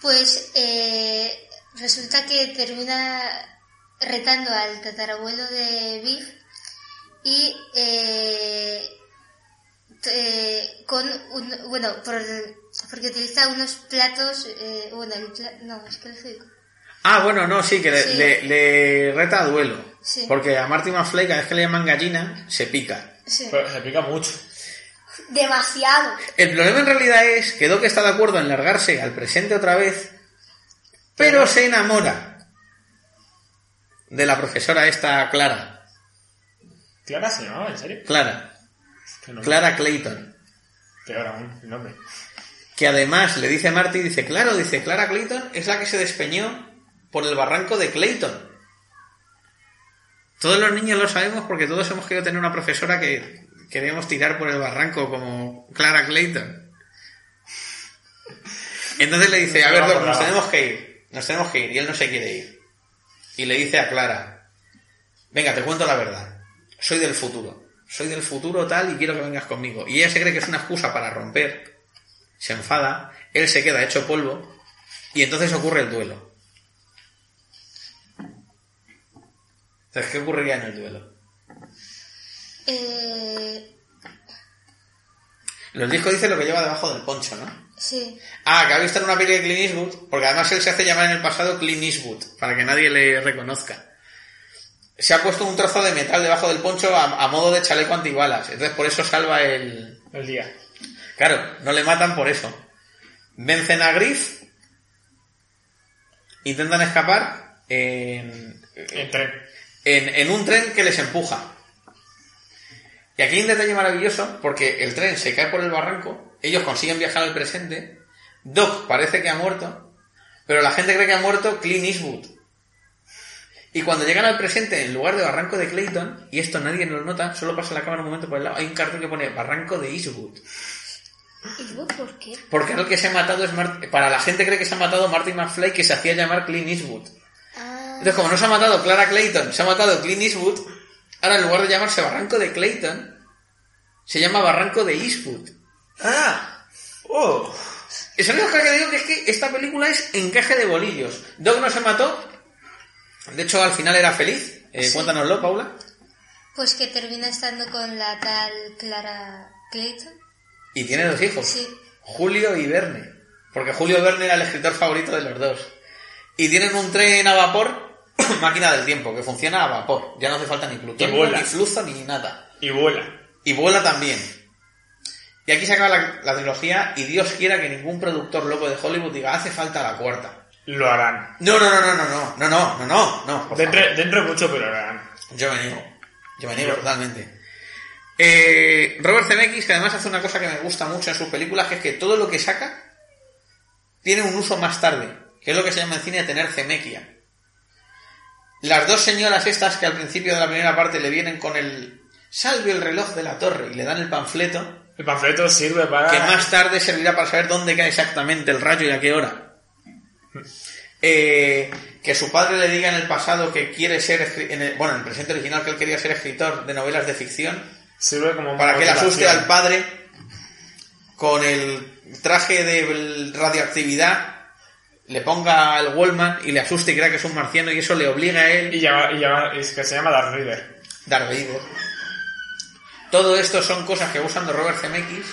[SPEAKER 4] pues eh, resulta que termina retando al tatarabuelo de Biff y eh, t- eh, con un, bueno, por- porque utiliza unos platos, eh, bueno, el pla- no, es que lo digo.
[SPEAKER 1] Ah, bueno, no, sí, que le,
[SPEAKER 4] Sí.
[SPEAKER 1] le- le reta a duelo.
[SPEAKER 4] Sí.
[SPEAKER 1] Porque a Marty McFly, cada vez que le llaman gallina, se pica.
[SPEAKER 4] Sí.
[SPEAKER 2] Pero se pica mucho.
[SPEAKER 3] Demasiado.
[SPEAKER 1] El problema en realidad es que Doc está de acuerdo en largarse al presente otra vez, pero se enamora de la profesora esta Clara.
[SPEAKER 2] Clara se llamaba, ¿en serio?
[SPEAKER 1] Clara.
[SPEAKER 2] Qué nombre.
[SPEAKER 1] Clara Clayton.
[SPEAKER 2] Peor aún, el nombre.
[SPEAKER 1] Que además le dice a Marty, dice, claro, dice, Clara Clayton es la que se despeñó por el barranco de Clayton. Todos los niños lo sabemos porque todos hemos querido tener una profesora que queríamos tirar por el barranco como Clara Clayton. Entonces le dice, a ver, Doc, nos tenemos que ir, nos tenemos que ir, y él no se quiere ir. Y le dice a Clara, venga, te cuento la verdad, soy del futuro, soy del futuro tal y quiero que vengas conmigo. Y ella se cree que es una excusa para romper, se enfada, él se queda hecho polvo, y entonces ocurre el duelo. Entonces, ¿qué ocurriría en el duelo?
[SPEAKER 4] Eh,
[SPEAKER 1] Los discos dicen lo que lleva debajo del poncho, ¿no?
[SPEAKER 4] sí.
[SPEAKER 1] Ah, que ha visto en una peli de Clint Eastwood, porque además él se hace llamar en el pasado Clint Eastwood, para que nadie le reconozca. Se ha puesto un trozo de metal debajo del poncho a, a modo de chaleco antibalas, entonces por eso salva el...
[SPEAKER 2] El día.
[SPEAKER 1] Claro, no le matan por eso. Vencen a Griff, intentan escapar en, Eh,
[SPEAKER 2] El tren.
[SPEAKER 1] en, en un tren que les empuja. Y aquí hay un detalle maravilloso porque el tren se cae por el barranco, ellos consiguen viajar al presente, Doc parece que ha muerto, pero la gente cree que ha muerto Clint Eastwood. Y cuando llegan al presente, en lugar de Barranco de Clayton, y esto nadie nos nota, solo pasa la cámara un momento por el lado, hay un cartel que pone Barranco de Eastwood.
[SPEAKER 3] Eastwood, ¿por qué?
[SPEAKER 1] Porque el que se ha matado es Mart- para la gente cree que se ha matado Martin McFly que se hacía llamar Clint Eastwood.
[SPEAKER 3] Ah,
[SPEAKER 1] Entonces, como no se ha matado Clara Clayton, se ha matado Clint Eastwood, ahora en lugar de llamarse Barranco de Clayton, se llama Barranco de Eastwood.
[SPEAKER 5] ¡Ah! ¡Oh!
[SPEAKER 1] Eso es lo que digo que es que esta película es encaje de bolillos. Doug no se mató, de hecho al final era feliz. Eh,
[SPEAKER 4] Sí.
[SPEAKER 1] Cuéntanoslo, Paula.
[SPEAKER 4] Pues que termina estando con la tal Clara Clayton.
[SPEAKER 1] Y tiene dos hijos,
[SPEAKER 4] Sí.
[SPEAKER 1] Julio y Verne. Porque Julio Verne era el escritor favorito de los dos. Y tienen un tren a vapor, máquina del tiempo, que funciona a vapor. Ya no hace falta ni
[SPEAKER 2] Y
[SPEAKER 1] plutonio,
[SPEAKER 2] vuela.
[SPEAKER 1] ni fluzo, ni nada.
[SPEAKER 2] Y vuela.
[SPEAKER 1] Y vuela también. Y aquí se acaba la, la trilogía y Dios quiera que ningún productor loco de Hollywood diga hace falta la cuarta.
[SPEAKER 2] Lo harán.
[SPEAKER 1] No, no, no, no, no, no, no, no, no, no, no. por
[SPEAKER 2] Dentro, dentro de mucho, pero lo harán.
[SPEAKER 1] favor. Yo me niego. Yo me niego
[SPEAKER 2] Yo-
[SPEAKER 1] totalmente. Eh, Robert Zemeckis, que además hace una cosa que me gusta mucho en sus películas, que es que todo lo que saca tiene un uso más tarde, que es lo que se llama en cine tener cemequia. Las dos señoras estas que al principio de la primera parte le vienen con el salve el reloj de la torre y le dan el panfleto,
[SPEAKER 2] El panfleto sirve para.
[SPEAKER 1] que más tarde servirá para saber dónde cae exactamente el rayo y a qué hora. Eh, que su padre le diga en el pasado que quiere ser, escri- en el- bueno, en el presente original que él quería ser escritor de novelas de ficción,
[SPEAKER 2] Sirve como.
[SPEAKER 1] para que le asuste
[SPEAKER 2] motivación.
[SPEAKER 1] al padre con el traje de radioactividad, le ponga el Wallman y le asuste y crea que es un marciano y eso le obliga a él
[SPEAKER 2] Y llama, y llama- es que se llama Darth Vader.
[SPEAKER 1] Darth Vader. Todo esto son cosas que va usando Robert Zemeckis.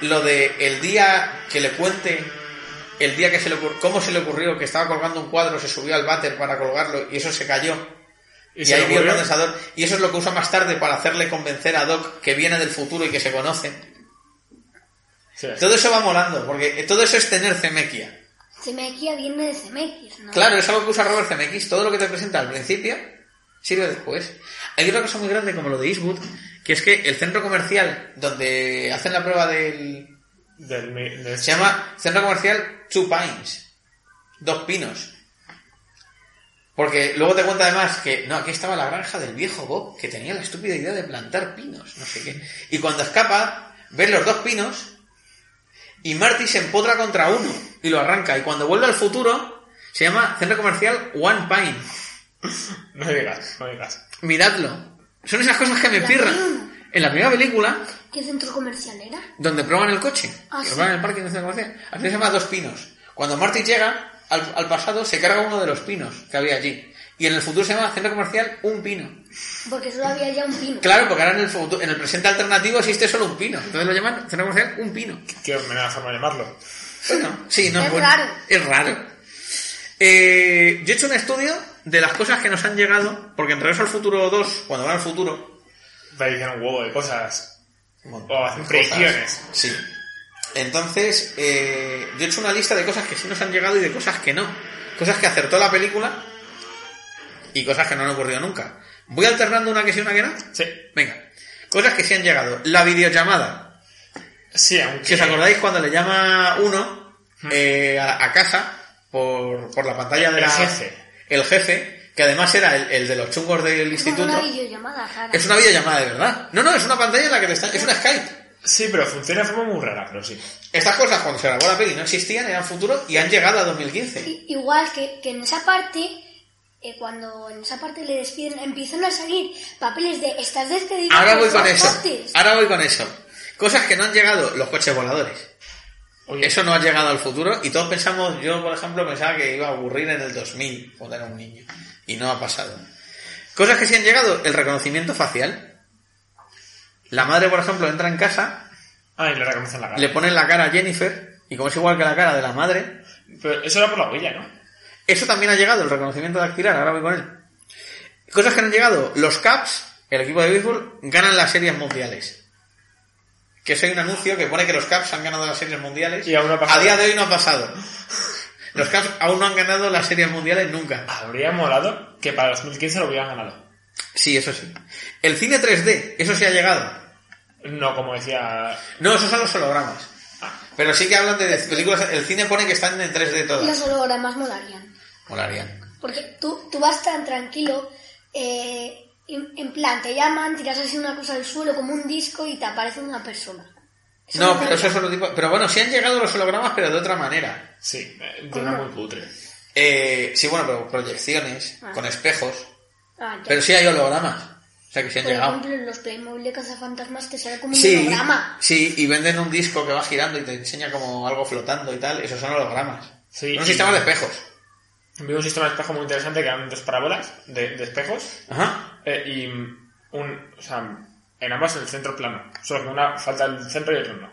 [SPEAKER 1] Lo de el día que le cuente, el día que se le ocurrió, cómo se le ocurrió que estaba colgando un cuadro, se subió al váter para colgarlo y eso se cayó. Y,
[SPEAKER 2] se
[SPEAKER 1] ahí
[SPEAKER 2] le
[SPEAKER 1] vio el
[SPEAKER 2] ocurrió-
[SPEAKER 1] condensador. Y eso es lo que usa más tarde para hacerle convencer a Doc que viene del futuro y que se conoce.
[SPEAKER 2] Sí.
[SPEAKER 1] Todo eso va molando, porque todo eso es tener Zemequia.
[SPEAKER 3] Zemeckis viene de Zemeckis, ¿no?
[SPEAKER 1] Claro, es algo que usa Robert Zemeckis. Todo lo que te presenta al principio sirve después. Hay otra cosa muy grande como lo de Eastwood, que es que el centro comercial donde hacen la prueba del...
[SPEAKER 2] Del, mi- de-
[SPEAKER 1] Se llama Centro Comercial Two Pines. Dos pinos. Porque luego te cuenta además que, no, aquí estaba la granja del viejo Bob, que tenía la estúpida idea de plantar pinos, no sé qué. Y cuando escapa, ves los dos pinos y Marty se empodra contra uno y lo arranca. Y cuando vuelve al futuro, se llama Centro Comercial One Pine.
[SPEAKER 2] No digas, no digas.
[SPEAKER 1] Miradlo. Son esas cosas que me
[SPEAKER 3] La
[SPEAKER 1] pirran.
[SPEAKER 3] misma.
[SPEAKER 1] En la primera película,
[SPEAKER 3] ¿Qué centro comercial era?
[SPEAKER 1] donde prueban el coche.
[SPEAKER 3] Ah,
[SPEAKER 1] que
[SPEAKER 3] sí.
[SPEAKER 1] prueban el parking de centro comercial. Al final se llama Dos Pinos. Cuando Marty llega al, al pasado, se carga uno de los pinos que había allí. Y en el futuro se llama Centro Comercial Un Pino.
[SPEAKER 3] Porque solo había ya un pino.
[SPEAKER 1] Claro, porque ahora en el, futu- en el presente alternativo existe solo un pino. Entonces lo llaman Centro Comercial Un Pino.
[SPEAKER 2] Qué menuda forma de llamarlo.
[SPEAKER 1] Bueno, sí, no
[SPEAKER 3] Es
[SPEAKER 1] es bueno.
[SPEAKER 3] raro.
[SPEAKER 1] Es raro. Eh, yo he hecho un estudio de las cosas que nos han llegado, porque en Regreso al Futuro 2, cuando van al futuro,
[SPEAKER 2] Va a decir un huevo de cosas.
[SPEAKER 1] Un montón
[SPEAKER 2] O
[SPEAKER 1] de
[SPEAKER 2] hacen
[SPEAKER 1] cosas.
[SPEAKER 2] predicciones.
[SPEAKER 1] Sí. Entonces, eh, yo he hecho una lista de cosas que sí nos han llegado y de cosas que no. Cosas que acertó la película y cosas que no han ocurrido nunca. Voy alternando una que sí y una que no.
[SPEAKER 2] Sí.
[SPEAKER 1] Venga. Cosas que sí han llegado. La videollamada.
[SPEAKER 2] Sí, aunque.
[SPEAKER 1] Si os acordáis, cuando le llama uno eh, a, a casa por, por la pantalla de
[SPEAKER 2] El
[SPEAKER 1] la...
[SPEAKER 2] jefe.
[SPEAKER 1] El jefe, que además era el, el de los chungos del
[SPEAKER 3] Es como una
[SPEAKER 1] instituto.
[SPEAKER 3] videollamada rara.
[SPEAKER 1] Es una videollamada de verdad. No, no, es una pantalla en la que te está... Es una Skype.
[SPEAKER 2] Sí, pero funciona de forma muy rara, pero sí.
[SPEAKER 1] Estas cosas cuando se grabó la peli no existían, eran futuro y han llegado a 2015.
[SPEAKER 3] I- Igual que, que en esa parte, eh, cuando en esa parte le despiden, empiezan a salir papeles de estás despedido.
[SPEAKER 1] Ahora
[SPEAKER 3] por
[SPEAKER 1] voy con
[SPEAKER 3] todas
[SPEAKER 1] eso.
[SPEAKER 3] partes".
[SPEAKER 1] Ahora voy con eso. Cosas que no han llegado, los coches voladores.
[SPEAKER 2] Oye,
[SPEAKER 1] Eso no ha llegado al futuro y todos pensamos, yo por ejemplo pensaba que iba a ocurrir en el 2000 cuando era un niño y no ha pasado. Cosas que sí han llegado, el reconocimiento facial. La madre, por ejemplo, entra en casa,
[SPEAKER 2] Ah, y le reconocen la cara.
[SPEAKER 1] le ponen la cara a Jennifer y como es igual que la cara de la madre,
[SPEAKER 2] Pero eso era por la huella, ¿no?
[SPEAKER 1] Eso también ha llegado, el reconocimiento dactilar, ahora voy con él. Cosas que no han llegado, los Caps, el equipo de béisbol, ganan las series mundiales. Que eso hay un anuncio que pone que los Caps han ganado las series mundiales.
[SPEAKER 2] Y aún no ha pasado.
[SPEAKER 1] A día de hoy no ha pasado. Los Caps aún no han ganado las series mundiales nunca.
[SPEAKER 2] Habría molado que para 2015 lo hubieran ganado.
[SPEAKER 1] Sí, eso sí. El cine 3D, eso sí ha llegado.
[SPEAKER 2] No, como decía.
[SPEAKER 1] No, esos son los hologramas. Pero sí que hablan de películas. El cine pone que están en 3D todas.
[SPEAKER 3] Los hologramas molarían.
[SPEAKER 1] Molarían.
[SPEAKER 3] Porque tú, tú vas tan tranquilo, eh, en, en plan, te llaman, tiras así una cosa al suelo como un disco y te aparece una persona. Eso
[SPEAKER 1] No,
[SPEAKER 3] me
[SPEAKER 1] pero eso
[SPEAKER 3] encanta.
[SPEAKER 1] es otro tipo. Pero bueno, sí han llegado los hologramas, pero de otra manera.
[SPEAKER 2] Sí, eh, de una muy putre.
[SPEAKER 1] Eh, sí, bueno, pero proyecciones,
[SPEAKER 3] Ah.
[SPEAKER 1] con espejos.
[SPEAKER 3] Ah, ya.
[SPEAKER 1] Pero sí hay hologramas. O sea que sí han
[SPEAKER 3] Por
[SPEAKER 1] llegado.
[SPEAKER 3] ejemplo, en los Playmobil de Cazafantasmas te sale como un
[SPEAKER 1] Sí,
[SPEAKER 3] holograma.
[SPEAKER 1] sí, y venden un disco que va girando y te enseña como algo flotando y tal. Esos son hologramas.
[SPEAKER 2] Sí,
[SPEAKER 1] un
[SPEAKER 2] y-
[SPEAKER 1] sistema de espejos.
[SPEAKER 2] Vi un sistema de espejo muy interesante que eran dos parábolas de, de espejos
[SPEAKER 1] Ajá.
[SPEAKER 2] eh, y un. O sea, en ambas el centro plano. Solo que una falta el centro y otro no.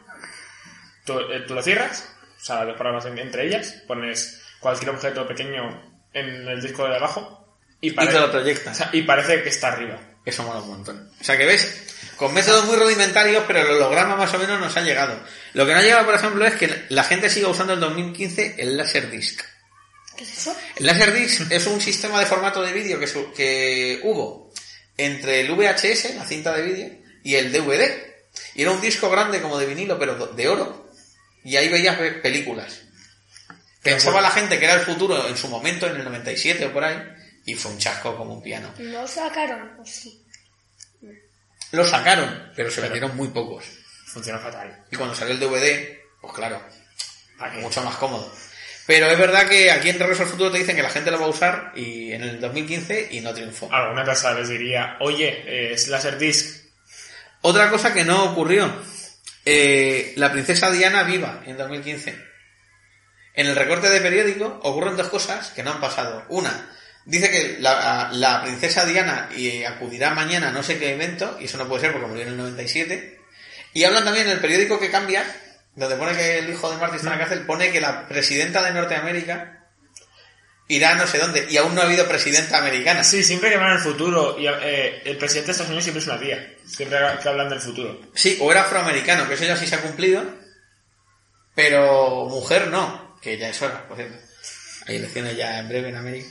[SPEAKER 2] Tú, eh, tú lo cierras, o sea, las dos parábolas en- entre ellas, pones cualquier objeto pequeño en el disco de abajo y,
[SPEAKER 1] Y te
[SPEAKER 2] parece
[SPEAKER 1] lo proyectan.
[SPEAKER 2] o sea, y parece que está arriba.
[SPEAKER 1] Eso mola un montón. O sea que ves, con métodos muy rudimentarios, pero el holograma más o menos nos ha llegado. Lo que no ha llegado, por ejemplo, es que la gente siga usando en 2015 el Laserdisc.
[SPEAKER 3] ¿Qué es eso?
[SPEAKER 1] El Laserdisc es un sistema de formato de vídeo que, su- que hubo entre el VHS, la cinta de vídeo, y el DVD. Y era un disco grande como de vinilo, pero do- de oro. Y ahí veías ve- películas. Pensaba la gente que era el futuro en su momento, en el 97 o por ahí, y fue un chasco como un piano.
[SPEAKER 3] ¿No sacaron? Pues sí.
[SPEAKER 1] Lo sacaron, pero se vendieron muy pocos.
[SPEAKER 2] Funciona fatal.
[SPEAKER 1] Y cuando salió el DVD, pues claro,
[SPEAKER 2] ¿Para qué?
[SPEAKER 1] mucho más cómodo. Pero es verdad que aquí en Regreso al Futuro te dicen que la gente lo va a usar y en el 2015 y no triunfó.
[SPEAKER 2] Alguna casa les diría, oye, eh, es Laserdisc.
[SPEAKER 1] Otra cosa que no ocurrió, eh, la princesa Diana viva en 2015. En el recorte de periódico ocurren dos cosas que no han pasado. Una, dice que la, la princesa Diana eh, acudirá mañana a no sé qué evento, y eso no puede ser porque murió en el 97. Y hablan también en el periódico que cambia, donde pone que el hijo de Marty está en la cárcel, pone que la presidenta de Norteamérica irá a no sé dónde, y aún no ha habido presidenta americana.
[SPEAKER 2] Sí, siempre que hablan del futuro, y eh, el presidente de Estados Unidos siempre es una tía. Siempre que hablan del futuro.
[SPEAKER 1] Sí, o era afroamericano, que eso ya sí se ha cumplido, pero mujer no, que ya es hora, por cierto. Hay elecciones ya en breve en América.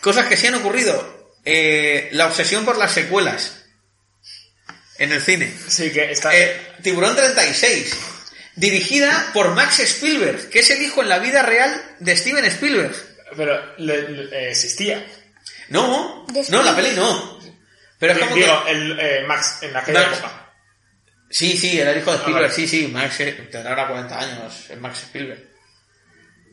[SPEAKER 1] Cosas que sí han ocurrido. Eh, la obsesión por las secuelas en el cine.
[SPEAKER 2] Sí, que está...
[SPEAKER 1] Eh, Tiburón 36, dirigida por Max Spielberg, que es el hijo en la vida real de Steven Spielberg.
[SPEAKER 2] Pero le- le- eh, existía.
[SPEAKER 1] No,
[SPEAKER 3] De
[SPEAKER 1] no, la
[SPEAKER 3] Spielberg.
[SPEAKER 1] peli no. Pero es como que...
[SPEAKER 2] Digo, el, eh, Max, en aquella
[SPEAKER 1] Max.
[SPEAKER 2] época.
[SPEAKER 1] Sí, sí, era el hijo de Spielberg,
[SPEAKER 2] vale.
[SPEAKER 1] sí, sí, Max eh, tendrá ahora 40 años, es Max Spielberg.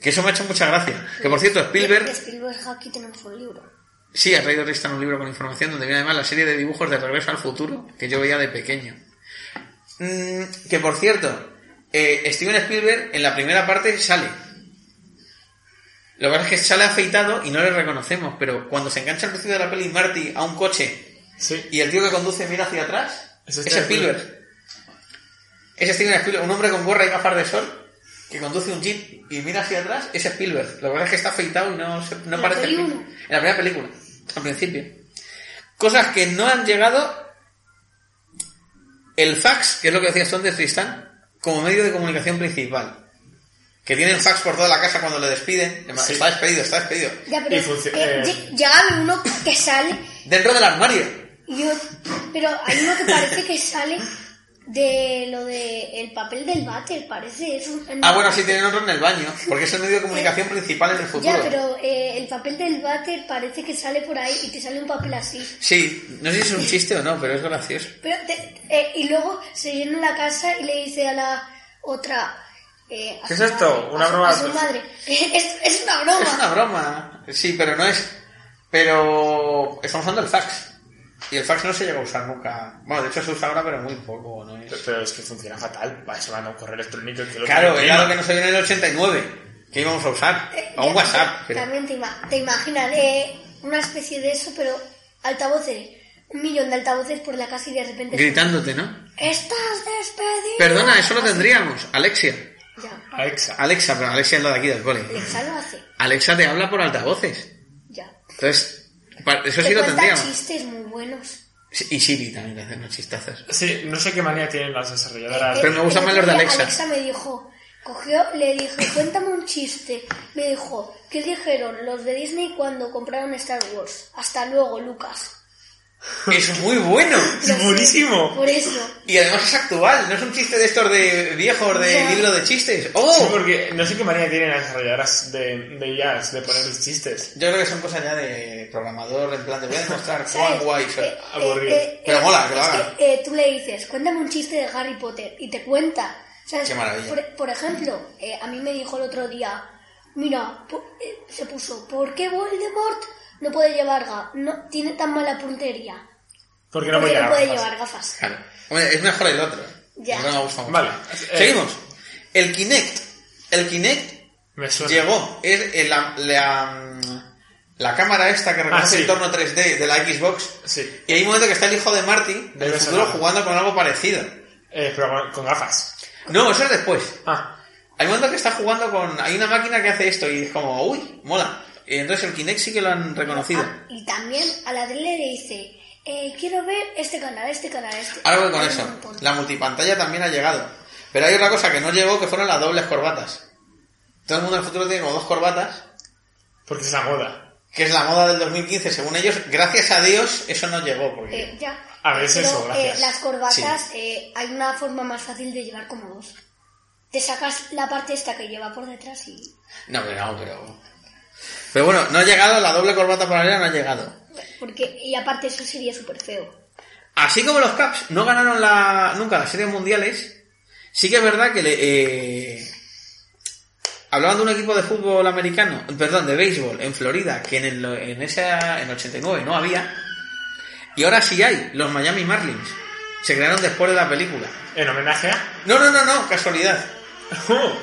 [SPEAKER 1] Que eso me ha hecho mucha gracia. Que por cierto,
[SPEAKER 3] De
[SPEAKER 1] Spielberg
[SPEAKER 3] Spielberg aquí tenemos un libro.
[SPEAKER 1] sí ha traído Tristan un libro con información donde viene además la serie de dibujos de Regreso al Futuro que yo veía de pequeño. Mm, que por cierto, eh, Steven Spielberg en la primera parte sale. Lo que pasa es que sale afeitado y no le reconocemos, pero cuando se engancha al principio de la peli Marty a un coche
[SPEAKER 2] Sí.
[SPEAKER 1] y el tío que conduce mira hacia atrás.
[SPEAKER 2] Es
[SPEAKER 1] Es,
[SPEAKER 2] este
[SPEAKER 1] Spielberg. Es Steven Spielberg, un hombre con gorra y gafas de sol que conduce un jeep y mira hacia atrás. Es Spielberg. Lo que pasa es que está afeitado y no, se- no
[SPEAKER 3] La
[SPEAKER 1] parece.
[SPEAKER 3] peli
[SPEAKER 1] Spielberg.
[SPEAKER 3] uno.
[SPEAKER 1] En la primera película, al principio. Cosas que no han llegado. El fax, que es lo que decías tú de Tristán, como medio de comunicación principal. Que tienen fax por toda la casa cuando le despiden.
[SPEAKER 2] Sí.
[SPEAKER 1] Está despedido, está despedido.
[SPEAKER 3] Ya, pero
[SPEAKER 2] Y funcio-
[SPEAKER 3] eh,
[SPEAKER 2] eh,
[SPEAKER 3] lle- llegaba uno que sale
[SPEAKER 1] Dentro del armario.
[SPEAKER 3] y yo- pero hay uno que parece que sale de lo de el papel del váter, parece. Es un,
[SPEAKER 1] Ah, bueno, sí tienen otro en el baño, porque es el medio de comunicación principal en el futuro.
[SPEAKER 3] Ya, pero eh, el papel del váter parece que sale por ahí y te sale un papel así.
[SPEAKER 1] Sí, no sé si es un chiste o no, pero es gracioso.
[SPEAKER 3] Pero te- eh, y luego se llena la casa y le dice a la otra. eh, a
[SPEAKER 2] ¿Qué
[SPEAKER 3] su
[SPEAKER 2] es esto?
[SPEAKER 3] madre-
[SPEAKER 2] ¿Una
[SPEAKER 3] a su-
[SPEAKER 2] broma?
[SPEAKER 3] a su madre. [laughs] Es, es una
[SPEAKER 1] Es
[SPEAKER 3] broma.
[SPEAKER 1] una broma. Sí, pero no es. Pero estamos usando el fax. Y el fax no se llega a usar nunca. Bueno, de hecho se usa ahora, pero muy poco, ¿no es?
[SPEAKER 2] Pero es que funciona fatal. Va, se manda un correo electrónico. Que lo
[SPEAKER 1] Claro,
[SPEAKER 2] tiene
[SPEAKER 1] era lo
[SPEAKER 2] encima.
[SPEAKER 1] que nos salió en el 89. Que íbamos a usar.
[SPEAKER 3] Eh,
[SPEAKER 1] O un
[SPEAKER 3] ya,
[SPEAKER 1] WhatsApp. pero-
[SPEAKER 3] También te, ima- te imaginas eh, una especie de eso, pero altavoces. Un millón de altavoces por la casa y de repente.
[SPEAKER 1] Gritándote, ¿no?
[SPEAKER 3] ¡Estás despedido!
[SPEAKER 1] Perdona, eh. eso lo tendríamos. Alexia.
[SPEAKER 3] Ya,
[SPEAKER 2] Alexa.
[SPEAKER 1] Alexa, pero Alexia es la de aquí del cole.
[SPEAKER 3] Alexa lo hace.
[SPEAKER 1] Alexa te habla por altavoces.
[SPEAKER 3] Ya.
[SPEAKER 1] Entonces, pa- eso
[SPEAKER 3] Te
[SPEAKER 1] sí lo
[SPEAKER 3] cuenta
[SPEAKER 1] tendríamos.
[SPEAKER 3] chistes muy buenos.
[SPEAKER 1] Sí, Y Siri también, que hace unos chistazos. [laughs]
[SPEAKER 2] Sí, no sé qué manía tienen las desarrolladoras.
[SPEAKER 3] Eh,
[SPEAKER 1] Pero me
[SPEAKER 3] el
[SPEAKER 1] gustan más
[SPEAKER 3] otro
[SPEAKER 1] los de
[SPEAKER 3] día
[SPEAKER 1] Alexa.
[SPEAKER 3] Alexa me dijo, cogió, le dije, cuéntame un chiste. Me dijo, ¿qué dijeron los de Disney cuando compraron Star Wars? Hasta luego, Lucas.
[SPEAKER 1] Es muy bueno.
[SPEAKER 3] Lo sé,
[SPEAKER 2] buenísimo.
[SPEAKER 3] Por eso.
[SPEAKER 1] Y además es actual, no es un chiste de estos de viejos de
[SPEAKER 3] Ya.
[SPEAKER 1] libro de chistes.
[SPEAKER 2] Sí,
[SPEAKER 1] ¡Oh!
[SPEAKER 2] porque no sé qué manera tienen las desarrolladoras de, de jazz de poner los chistes.
[SPEAKER 1] Yo creo que son cosas ya de programador, en plan de voy a mostrar
[SPEAKER 3] ¿Sabes?
[SPEAKER 1] cuán guay soy.
[SPEAKER 3] Eh,
[SPEAKER 2] aburrido.
[SPEAKER 1] Pero mola, que lo
[SPEAKER 3] es
[SPEAKER 1] hagan.
[SPEAKER 3] que, eh, tú le dices, cuéntame un chiste de Harry Potter y te cuenta. ¿sabes?
[SPEAKER 1] Qué maravilla.
[SPEAKER 3] Por, por ejemplo, eh, a mí me dijo el otro día, mira, po- eh, se puso, ¿por qué Voldemort no puede llevar gafas? No, tiene tan mala puntería.
[SPEAKER 2] Porque no
[SPEAKER 3] ¿Por
[SPEAKER 2] voy
[SPEAKER 3] qué
[SPEAKER 2] a
[SPEAKER 3] no puede llevar gafas?
[SPEAKER 1] Claro. Hombre, es mejor el otro.
[SPEAKER 3] Ya.
[SPEAKER 1] El otro me gusta mucho.
[SPEAKER 2] Vale. Eh,
[SPEAKER 1] Seguimos. El Kinect. El Kinect
[SPEAKER 2] Me suena.
[SPEAKER 1] llegó. Es el- la, la, la cámara esta que reconoce
[SPEAKER 2] Ah, sí.
[SPEAKER 1] el entorno 3D de la Xbox.
[SPEAKER 2] Sí.
[SPEAKER 1] Y hay un momento que está el hijo de Marty del
[SPEAKER 2] Debe ser
[SPEAKER 1] futuro
[SPEAKER 2] algo.
[SPEAKER 1] jugando con algo parecido.
[SPEAKER 2] Eh, pero con, con gafas.
[SPEAKER 1] No, eso es después.
[SPEAKER 2] Ah.
[SPEAKER 1] Hay un momento que está jugando con. Hay una máquina que hace esto y es como, uy, mola. Y entonces el Kinect sí que lo han reconocido.
[SPEAKER 3] Ah, y también a la tele le dice, eh, quiero ver este canal, este canal, este.
[SPEAKER 1] Algo con
[SPEAKER 3] Hay un
[SPEAKER 1] eso.
[SPEAKER 3] montón.
[SPEAKER 1] La multipantalla también ha llegado. Pero hay otra cosa que no llegó que fueron las dobles corbatas. Todo el mundo en el futuro tiene como dos corbatas,
[SPEAKER 2] Porque es la moda.
[SPEAKER 1] que es la moda del 2015, según ellos. Gracias a Dios eso no llegó. Porque...
[SPEAKER 3] Eh, ya.
[SPEAKER 2] A ver, es
[SPEAKER 3] Pero,
[SPEAKER 2] eso, gracias.
[SPEAKER 3] eh, las corbatas eh, hay una forma más fácil de llevar como dos. Te sacas la parte esta que lleva por detrás y...
[SPEAKER 1] No, pero no, pero. Pero bueno, no ha llegado, la doble corbata paralela no ha llegado.
[SPEAKER 3] Porque, y aparte eso sería súper feo.
[SPEAKER 1] Así como los Caps no ganaron la, nunca las series mundiales, sí que es verdad que le, eh, hablaban de un equipo de fútbol americano, perdón, de béisbol en Florida, que en, el, en esa, en 89 no había, y ahora sí hay, los Miami Marlins. Se crearon después de la película.
[SPEAKER 2] En homenaje a.
[SPEAKER 1] No, no, no, no, casualidad.
[SPEAKER 2] Oh.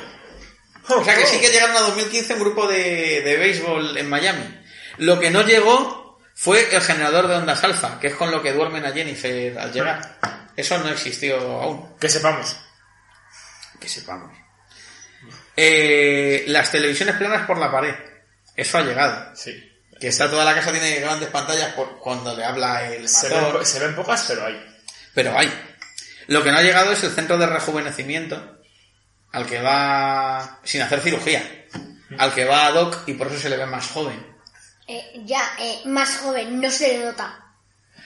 [SPEAKER 2] Oh,
[SPEAKER 1] O sea que
[SPEAKER 2] oh.
[SPEAKER 1] sí que llegaron a 2015 un grupo de, de béisbol en Miami. Lo que no llegó fue el generador de ondas alfa, que es con lo que duermen a Jennifer al llegar. Eso no existió aún,
[SPEAKER 2] Que sepamos.
[SPEAKER 1] que sepamos. Eh, las televisiones planas por la pared. Eso ha llegado.
[SPEAKER 2] Sí.
[SPEAKER 1] Que está toda la casa, tiene grandes pantallas por cuando le habla el
[SPEAKER 2] Se ven,
[SPEAKER 1] matador.
[SPEAKER 2] po- se ven pocas, pero hay.
[SPEAKER 1] Pero hay. Lo que no ha llegado es el centro de rejuvenecimiento al que va sin hacer cirugía. Al que va a Doc y por eso se le ve más joven.
[SPEAKER 3] Eh, ya, eh, más joven, no se le nota.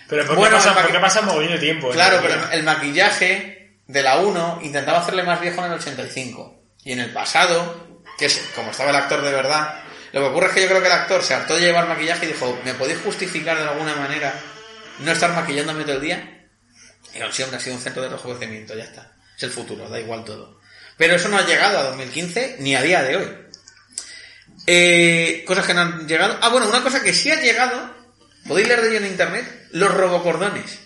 [SPEAKER 2] Pero ¿por qué
[SPEAKER 1] Bueno,
[SPEAKER 2] pasa,
[SPEAKER 1] para
[SPEAKER 2] ¿por
[SPEAKER 1] que-
[SPEAKER 2] qué pasa mogollón de tiempo? ¿eh? en
[SPEAKER 1] Claro,
[SPEAKER 2] la
[SPEAKER 1] pero
[SPEAKER 2] vida?
[SPEAKER 1] el maquillaje de la 1 intentaba hacerle más viejo en el 85. Y en el pasado, que es como estaba el actor de verdad, lo que ocurre es que yo creo que el actor se hartó de llevar maquillaje y dijo, ¿me podéis justificar de alguna manera no estar maquillándome todo el día? Y no, sí, hombre, ha sido un centro de rejuvenecimiento, ya está. Es el futuro, da igual todo. Pero eso no ha llegado a 2015 ni a día de hoy. Eh, cosas que no han llegado. Ah, bueno, una cosa que sí ha llegado, podéis leer de ello en internet, los robocordones.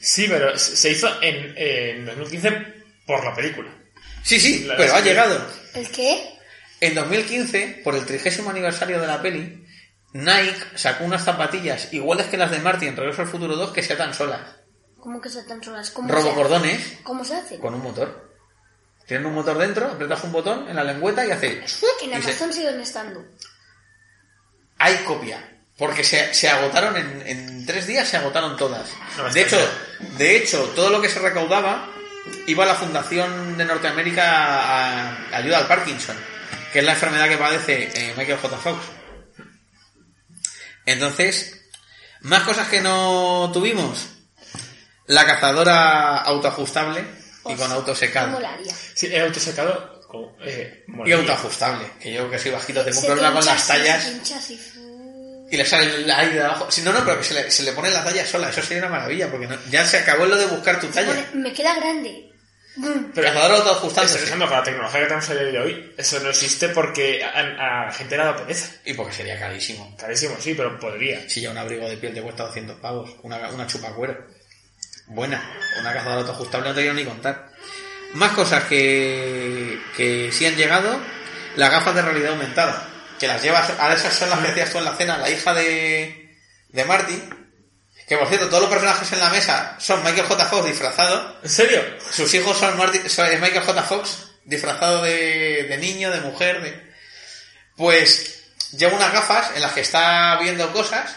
[SPEAKER 2] Sí, pero se se hizo en, en 2015 por la película.
[SPEAKER 1] Sí, sí,
[SPEAKER 2] La
[SPEAKER 1] pero ha
[SPEAKER 2] serie.
[SPEAKER 1] llegado.
[SPEAKER 3] ¿El qué?
[SPEAKER 1] En 2015, por el trigésimo aniversario de la peli, Nike sacó unas zapatillas iguales que las de Marty en Regreso al Futuro 2 que se atan solas.
[SPEAKER 3] ¿Cómo que son tan solas? ¿Cómo,
[SPEAKER 1] Robocordones
[SPEAKER 3] se, ¿Cómo se hace?
[SPEAKER 1] con un motor. Tienen un motor dentro, apretas un botón en la lengüeta y hace...
[SPEAKER 3] En
[SPEAKER 1] y se-
[SPEAKER 3] Amazon siguen estando.
[SPEAKER 1] Hay copia. Porque se, se agotaron en, en tres días, se agotaron todas.
[SPEAKER 2] No me
[SPEAKER 1] de, hecho,
[SPEAKER 2] extraña.
[SPEAKER 1] de hecho, todo lo que se recaudaba iba a la Fundación de Norteamérica a, a ayuda al Parkinson, que es la enfermedad que padece eh, Michael J. Fox. Entonces, más cosas que no tuvimos. La cazadora autoajustable y con
[SPEAKER 3] No
[SPEAKER 1] autosecado.
[SPEAKER 3] molaría.
[SPEAKER 2] Sí, el autosecado. con- Eh,
[SPEAKER 1] Y
[SPEAKER 2] mola.
[SPEAKER 1] autoajustable, que yo que soy bajito tengo un
[SPEAKER 3] Se
[SPEAKER 1] problema con
[SPEAKER 3] pincha
[SPEAKER 1] las
[SPEAKER 3] así,
[SPEAKER 1] tallas.
[SPEAKER 3] se pincha así, fu-
[SPEAKER 1] Y le sale el aire de abajo. Si no, no, pero que se le, se le pone la talla sola. Eso sería una maravilla, porque no- ya se acabó lo de buscar tu
[SPEAKER 3] se
[SPEAKER 1] talla.
[SPEAKER 3] pone- Me queda grande. Mm,
[SPEAKER 1] Pero cazador
[SPEAKER 2] Estoy
[SPEAKER 1] autoajustándose.
[SPEAKER 2] pensando con la tecnología que tenemos a día de hoy, eso no existe porque a, a la gente le ha dado pereza.
[SPEAKER 1] Y porque sería carísimo.
[SPEAKER 2] Carísimo, sí, pero podría.
[SPEAKER 1] Si ya un abrigo de piel te cuesta 200 pavos, una, una chupacuero. Buena. Una cazadora autoajustable no te quiero ni contar. Más cosas que, que sí han llegado. Las gafas de realidad aumentada. Que las llevas... A esas son las que hacías tú en la cena. La hija de, de Marty. Que, por cierto, todos los personajes en la mesa son Michael J. Fox disfrazado.
[SPEAKER 2] ¿En serio?
[SPEAKER 1] Sus hijos son, Marty- son Michael J. Fox, disfrazado de, de niño, de mujer, de... Pues lleva unas gafas en las que está viendo cosas.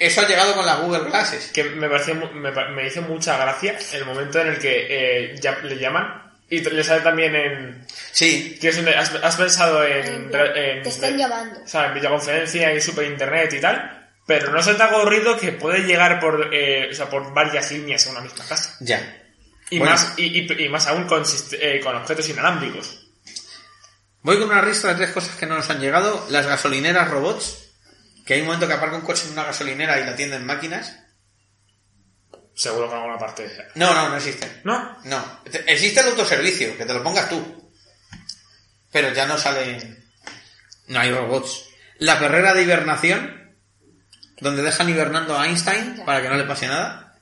[SPEAKER 1] Eso ha llegado con las Google Glasses.
[SPEAKER 2] Que me, pareció, mu- me, pa- me hizo mucha gracia el momento en el que eh, ya le llaman y t- le sale también en...
[SPEAKER 1] Sí,
[SPEAKER 2] ¿qué es donde- has, has pensado en...
[SPEAKER 3] en
[SPEAKER 2] re-
[SPEAKER 3] plan,
[SPEAKER 2] en-
[SPEAKER 3] Te están llamando.
[SPEAKER 2] O sea, en videoconferencia y super internet y tal. Pero no se te ha ocurrido que puede llegar por, eh, o sea, por varias líneas a una misma casa.
[SPEAKER 1] Ya.
[SPEAKER 2] Y,
[SPEAKER 1] Bueno.
[SPEAKER 2] más, y, y- y más aún con, sist- eh, con objetos inalámbricos.
[SPEAKER 1] Voy con una lista de tres cosas que no nos han llegado. Las gasolineras robots, que hay un momento que aparca un coche en una gasolinera y la tienden máquinas.
[SPEAKER 2] Seguro que en alguna parte.
[SPEAKER 1] No, no, no existen.
[SPEAKER 2] ¿No?
[SPEAKER 1] No. Te- Existe el autoservicio, que te lo pongas tú. Pero ya no salen... No hay robots. La perrera de hibernación, donde dejan hibernando a Einstein para que no le pase nada.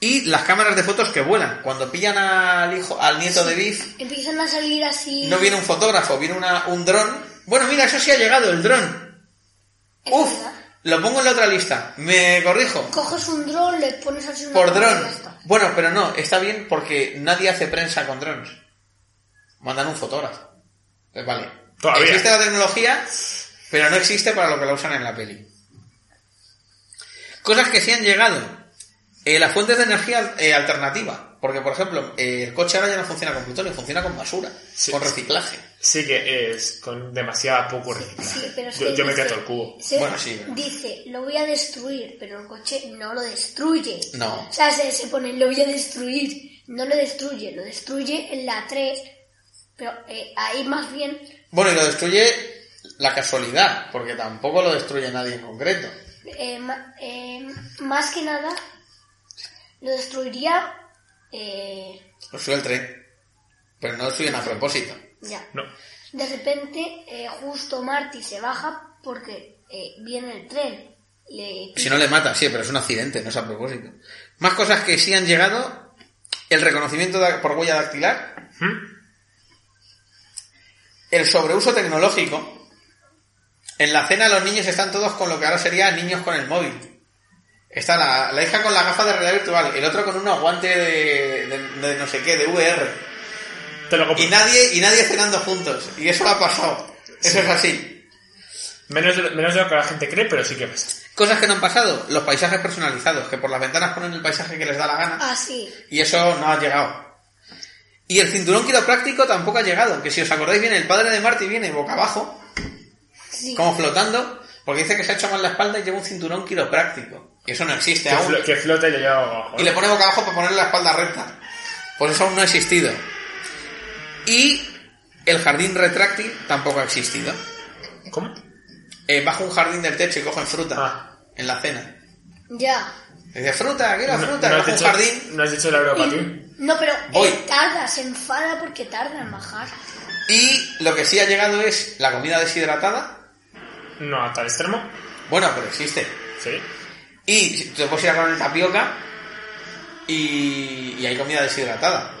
[SPEAKER 1] Y las cámaras de fotos que vuelan. Cuando pillan al hijo, al nieto de Biff,
[SPEAKER 3] Empiezan a salir así.
[SPEAKER 1] No viene un fotógrafo, viene una- un dron. Bueno, mira, eso sí ha llegado, el dron.
[SPEAKER 3] Es
[SPEAKER 1] Uf,
[SPEAKER 3] verdad.
[SPEAKER 1] lo pongo en la otra lista. Me corrijo.
[SPEAKER 3] Coges un dron, le pones así una
[SPEAKER 1] Por
[SPEAKER 3] cámara y
[SPEAKER 1] dron.
[SPEAKER 3] ya está.
[SPEAKER 1] Bueno, pero no, está bien porque nadie hace prensa con drones. Mandan un fotógrafo. Pues vale.
[SPEAKER 2] Todavía.
[SPEAKER 1] Existe la tecnología, pero no existe para lo que la usan en la peli. Cosas que sí han llegado. Eh, las fuentes de energía eh, alternativa. Porque, por ejemplo, eh, el coche ahora ya no funciona con plutonio, funciona con basura,
[SPEAKER 2] Sí.
[SPEAKER 1] con reciclaje.
[SPEAKER 2] Sí que es con demasiada poco reciclaje.
[SPEAKER 3] Sí, pero es
[SPEAKER 2] yo
[SPEAKER 3] que
[SPEAKER 2] yo me
[SPEAKER 3] dice-
[SPEAKER 2] quedo el cubo.
[SPEAKER 3] se-
[SPEAKER 1] Bueno, sí, pero-
[SPEAKER 3] Dice, lo voy a destruir, pero el coche no lo destruye.
[SPEAKER 1] No.
[SPEAKER 3] O sea, se, se pone, lo voy a destruir. No lo destruye, lo destruye en la 3. Pero eh, ahí más bien
[SPEAKER 1] Bueno, y lo destruye la casualidad, porque tampoco lo destruye nadie en concreto.
[SPEAKER 3] Eh, ma- eh, más que nada, lo destruiría. eh,
[SPEAKER 1] Lo destruye el tren, pero no lo destruyen a propósito.
[SPEAKER 3] ya.
[SPEAKER 2] No.
[SPEAKER 3] De repente, eh, justo Marty se baja porque eh, viene el tren. Le
[SPEAKER 1] Si no le mata, sí, pero es un accidente, no es a propósito. Más cosas que sí han llegado, el reconocimiento da- por huella dactilar,
[SPEAKER 2] ¿Mm?
[SPEAKER 1] el sobreuso tecnológico. En la cena los niños están todos con lo que ahora sería niños con el móvil. Está la, la hija con la gafa de realidad virtual, el otro con un aguante de, de- de no sé qué, de VR.
[SPEAKER 2] Te lo compro.
[SPEAKER 1] Y nadie, y nadie cenando juntos. Y eso ha pasado. Eso es así.
[SPEAKER 2] Menos de, menos de lo que la gente cree, pero sí que pasa.
[SPEAKER 1] Cosas que no han pasado. Los paisajes personalizados, que por las ventanas ponen el paisaje que les da la gana.
[SPEAKER 4] Ah,
[SPEAKER 3] Así.
[SPEAKER 1] Y eso no ha llegado. Y el cinturón quiropráctico tampoco ha llegado. Que si os acordáis bien, el padre de Marty viene boca abajo,
[SPEAKER 3] sí.
[SPEAKER 1] como flotando, porque dice que se ha hecho mal la espalda y lleva un cinturón quiropráctico. Y eso no existe
[SPEAKER 2] Que,
[SPEAKER 1] aún.
[SPEAKER 2] flo- que flota y le lleva abajo.
[SPEAKER 1] Y le pone boca abajo para ponerle la espalda recta. Pues eso aún no ha existido. Y el jardín retráctil tampoco ha existido.
[SPEAKER 2] ¿Cómo?
[SPEAKER 1] Eh, bajo un jardín del techo y cogen fruta
[SPEAKER 2] Ah.
[SPEAKER 1] en la cena.
[SPEAKER 3] Ya.
[SPEAKER 1] Dice, fruta, quiero fruta,
[SPEAKER 2] has
[SPEAKER 1] bajo un
[SPEAKER 2] dicho-
[SPEAKER 1] jardín.
[SPEAKER 2] no has dicho el aeropatín.
[SPEAKER 3] No, pero
[SPEAKER 1] Voy.
[SPEAKER 3] él tarda, se enfada porque tarda en bajar.
[SPEAKER 1] Y lo que sí ha llegado es la comida deshidratada.
[SPEAKER 2] No, a tal extremo.
[SPEAKER 1] Bueno, pero existe.
[SPEAKER 2] Sí.
[SPEAKER 1] Y si- te puedes ir a comer tapioca y, y hay comida deshidratada.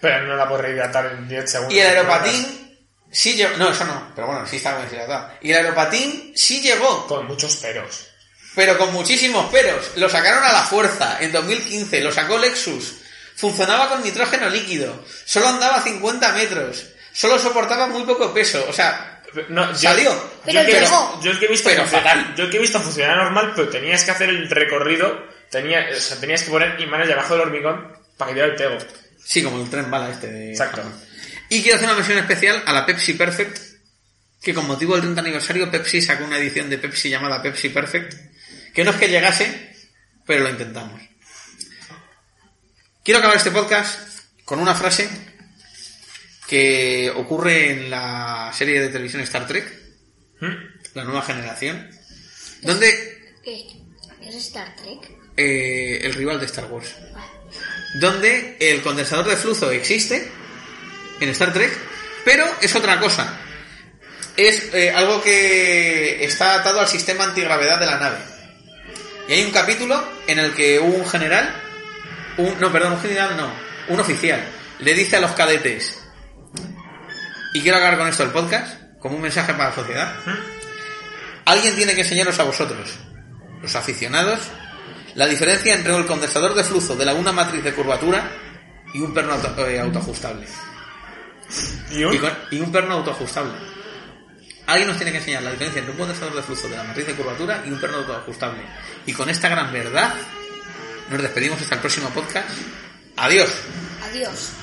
[SPEAKER 2] Pero no la puedes rehidratar en 10 segundos.
[SPEAKER 1] Y el aeropatín sí llegó. No, eso no, pero bueno, sí está deshidratada. Y el aeropatín sí llegó,
[SPEAKER 2] Con muchos peros.
[SPEAKER 1] pero con muchísimos peros. Lo sacaron a la fuerza en 2015, lo sacó Lexus. Funcionaba con nitrógeno líquido, solo andaba a 50 metros, solo soportaba muy poco peso. O sea,
[SPEAKER 2] No, yo-
[SPEAKER 1] Salió.
[SPEAKER 3] Pero
[SPEAKER 2] yo, que-
[SPEAKER 3] llegó.
[SPEAKER 2] yo es que he visto
[SPEAKER 1] Pero
[SPEAKER 2] funcionar-
[SPEAKER 1] fatal.
[SPEAKER 2] yo que he visto funcionar normal, pero tenías que hacer el recorrido, tenía, o sea, tenías que poner imanes debajo del hormigón para que diera el pego.
[SPEAKER 1] Sí, como el tren bala este de...
[SPEAKER 2] Exacto.
[SPEAKER 1] Japón. Y quiero hacer una mención especial a la Pepsi Perfect, que con motivo del 30 aniversario Pepsi sacó una edición de Pepsi llamada Pepsi Perfect, que no es que llegase, pero lo intentamos. Quiero acabar este podcast con una frase que ocurre en la serie de televisión Star Trek,
[SPEAKER 2] ¿Mm?
[SPEAKER 1] La Nueva Generación, donde
[SPEAKER 3] ¿Qué? ¿Es Star Trek?
[SPEAKER 1] eh, el rival de Star Wars.
[SPEAKER 3] Ah,
[SPEAKER 1] donde el condensador de flujo existe en Star Trek, pero es otra cosa. Es eh, algo que está atado al sistema antigravedad de la nave. Y hay un capítulo en el que un general, un, no, perdón, un general no, un oficial, le dice a los cadetes, y quiero acabar con esto el podcast, como un mensaje para la sociedad, alguien tiene que enseñaros a vosotros, los aficionados, la diferencia entre el condensador de flujo de la una matriz de curvatura y un perno auto- eh, autoajustable.
[SPEAKER 2] Y un-
[SPEAKER 1] Y, con- y un perno autoajustable. Alguien nos tiene que enseñar la diferencia entre un condensador de flujo de la matriz de curvatura y un perno autoajustable. Y con esta gran verdad, nos despedimos hasta el próximo podcast. Adiós.
[SPEAKER 3] Adiós.